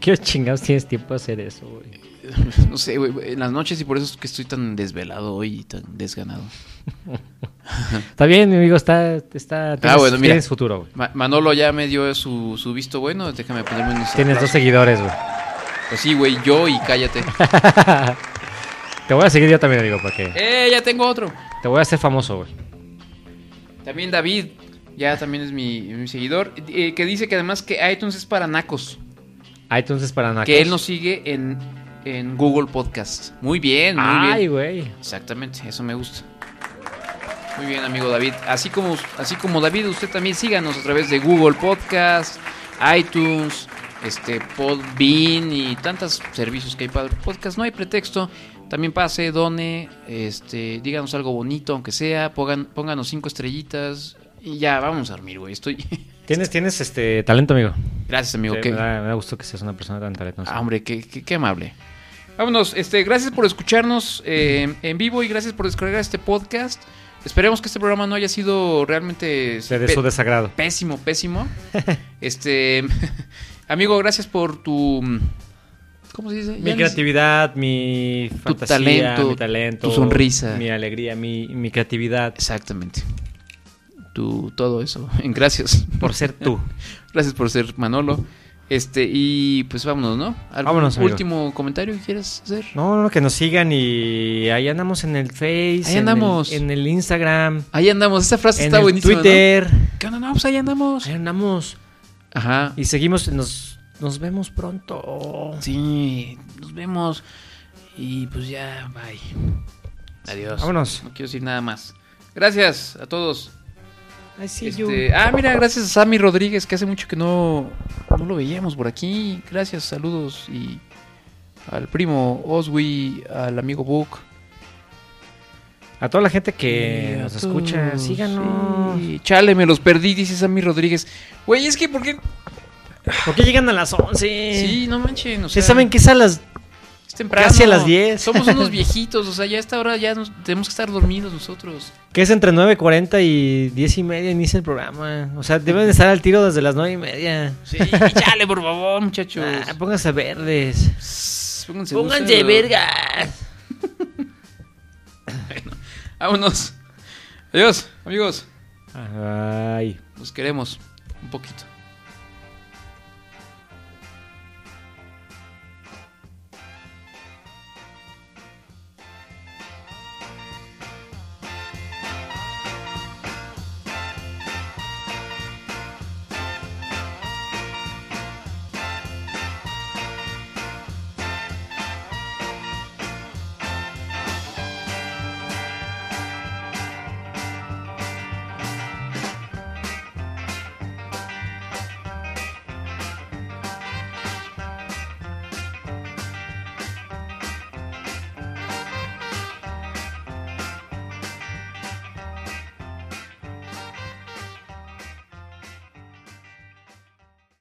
S3: ¿Qué chingados tienes tiempo de hacer eso, güey?
S2: Pues, No sé, güey, en las noches y por eso es que estoy tan desvelado hoy y tan desganado.
S3: Está bien, mi amigo, está... está tienes,
S2: Ah, bueno, mira.
S3: tienes futuro, güey.
S2: Ma- Manolo ya me dio su, su visto bueno. Déjame ponerme unos.
S3: Tienes dos seguidores, güey.
S2: Pues sí, güey, yo y cállate.
S3: Te voy a seguir yo también, amigo, porque
S2: ¡Eh, ya tengo otro!
S3: te voy a hacer famoso, güey.
S2: También David, ya también es mi, mi seguidor, eh, que dice que además que iTunes es para nacos,
S3: iTunes es para nacos.
S2: que él nos sigue en, en Google Podcast. Muy bien, muy
S3: Ay,
S2: bien.
S3: güey.
S2: Exactamente, eso me gusta. Muy bien, amigo David. Así como, así como David, usted también síganos a través de Google Podcast, iTunes, este Podbean y tantos servicios que hay para el podcast. No hay pretexto. También pase, done, este, díganos algo bonito, aunque sea, pongan, pónganos cinco estrellitas y ya, vamos a dormir, güey. Estoy.
S3: Tienes, tienes este talento, amigo.
S2: Gracias, amigo.
S3: Sí,
S2: qué-
S3: me, da, me da gusto que seas una persona tan talentosa.
S2: ah, hombre, qué, qué- qué amable. Vámonos, este, gracias por escucharnos eh, en vivo y gracias por descargar este podcast. Esperemos que este programa no haya sido realmente
S3: Se de
S2: pe-
S3: su desagrado.
S2: pésimo, pésimo. este, amigo, gracias por tu, ¿cómo se dice? Ya
S3: Mi
S2: ni-
S3: creatividad, mi fantasía,
S2: talento,
S3: mi talento,
S2: tu sonrisa.
S3: mi alegría, mi, mi creatividad
S2: Exactamente. Tu, todo eso. Gracias
S3: por ser tú.
S2: Gracias por ser Manolo. Este, y pues vámonos, ¿no? ¿Algún
S3: Vámonos, amigo.
S2: último comentario que quieras hacer?
S3: No, no, que nos sigan y ahí andamos en el Face,
S2: Ahí
S3: en el-
S2: andamos.
S3: en el, Instagram,
S2: Ahí andamos, esa frase
S3: en
S2: está
S3: el
S2: buenísima. ¿no?
S3: Twitter.
S2: ¿Qué onda? No, pues ahí andamos.
S3: Ahí andamos
S2: Ajá.
S3: y seguimos, nos, nos vemos pronto.
S2: Sí, nos vemos. Y pues ya, bye. Adiós.
S3: Vámonos.
S2: No quiero decir nada más. Gracias a todos.
S3: I see you.
S2: Este, ah, mira, gracias a Sammy Rodríguez, que hace mucho que no, no lo veíamos por aquí. Gracias, saludos y al primo Oswi, al amigo Book.
S3: A toda la gente
S2: Y
S3: que
S2: a
S3: nos
S2: todos,
S3: escucha, síganos.
S2: sí. Chale, me los perdí, dice Sammy Rodríguez. Güey, es que ¿por qué?
S3: ¿Por qué llegan a las 11?
S2: Sí, no manchen, o
S3: ¿Se
S2: sea,
S3: saben que es a las
S2: es temprano.
S3: casi a las 10.
S2: Somos unos viejitos, o sea, ya a esta hora ya nos- tenemos que estar dormidos nosotros.
S3: que es entre 9.40 y 10 y media inicia el programa. O sea, deben estar al tiro desde las 9 y media.
S2: Sí, chale, por favor, muchachos.
S3: Ah, pónganse verdes.
S2: Pss, Pónganse,
S3: Pónganse
S2: duchas.
S3: vergas.
S2: Vámonos. Adiós, amigos.
S3: Ay.
S2: Nos queremos un poquito.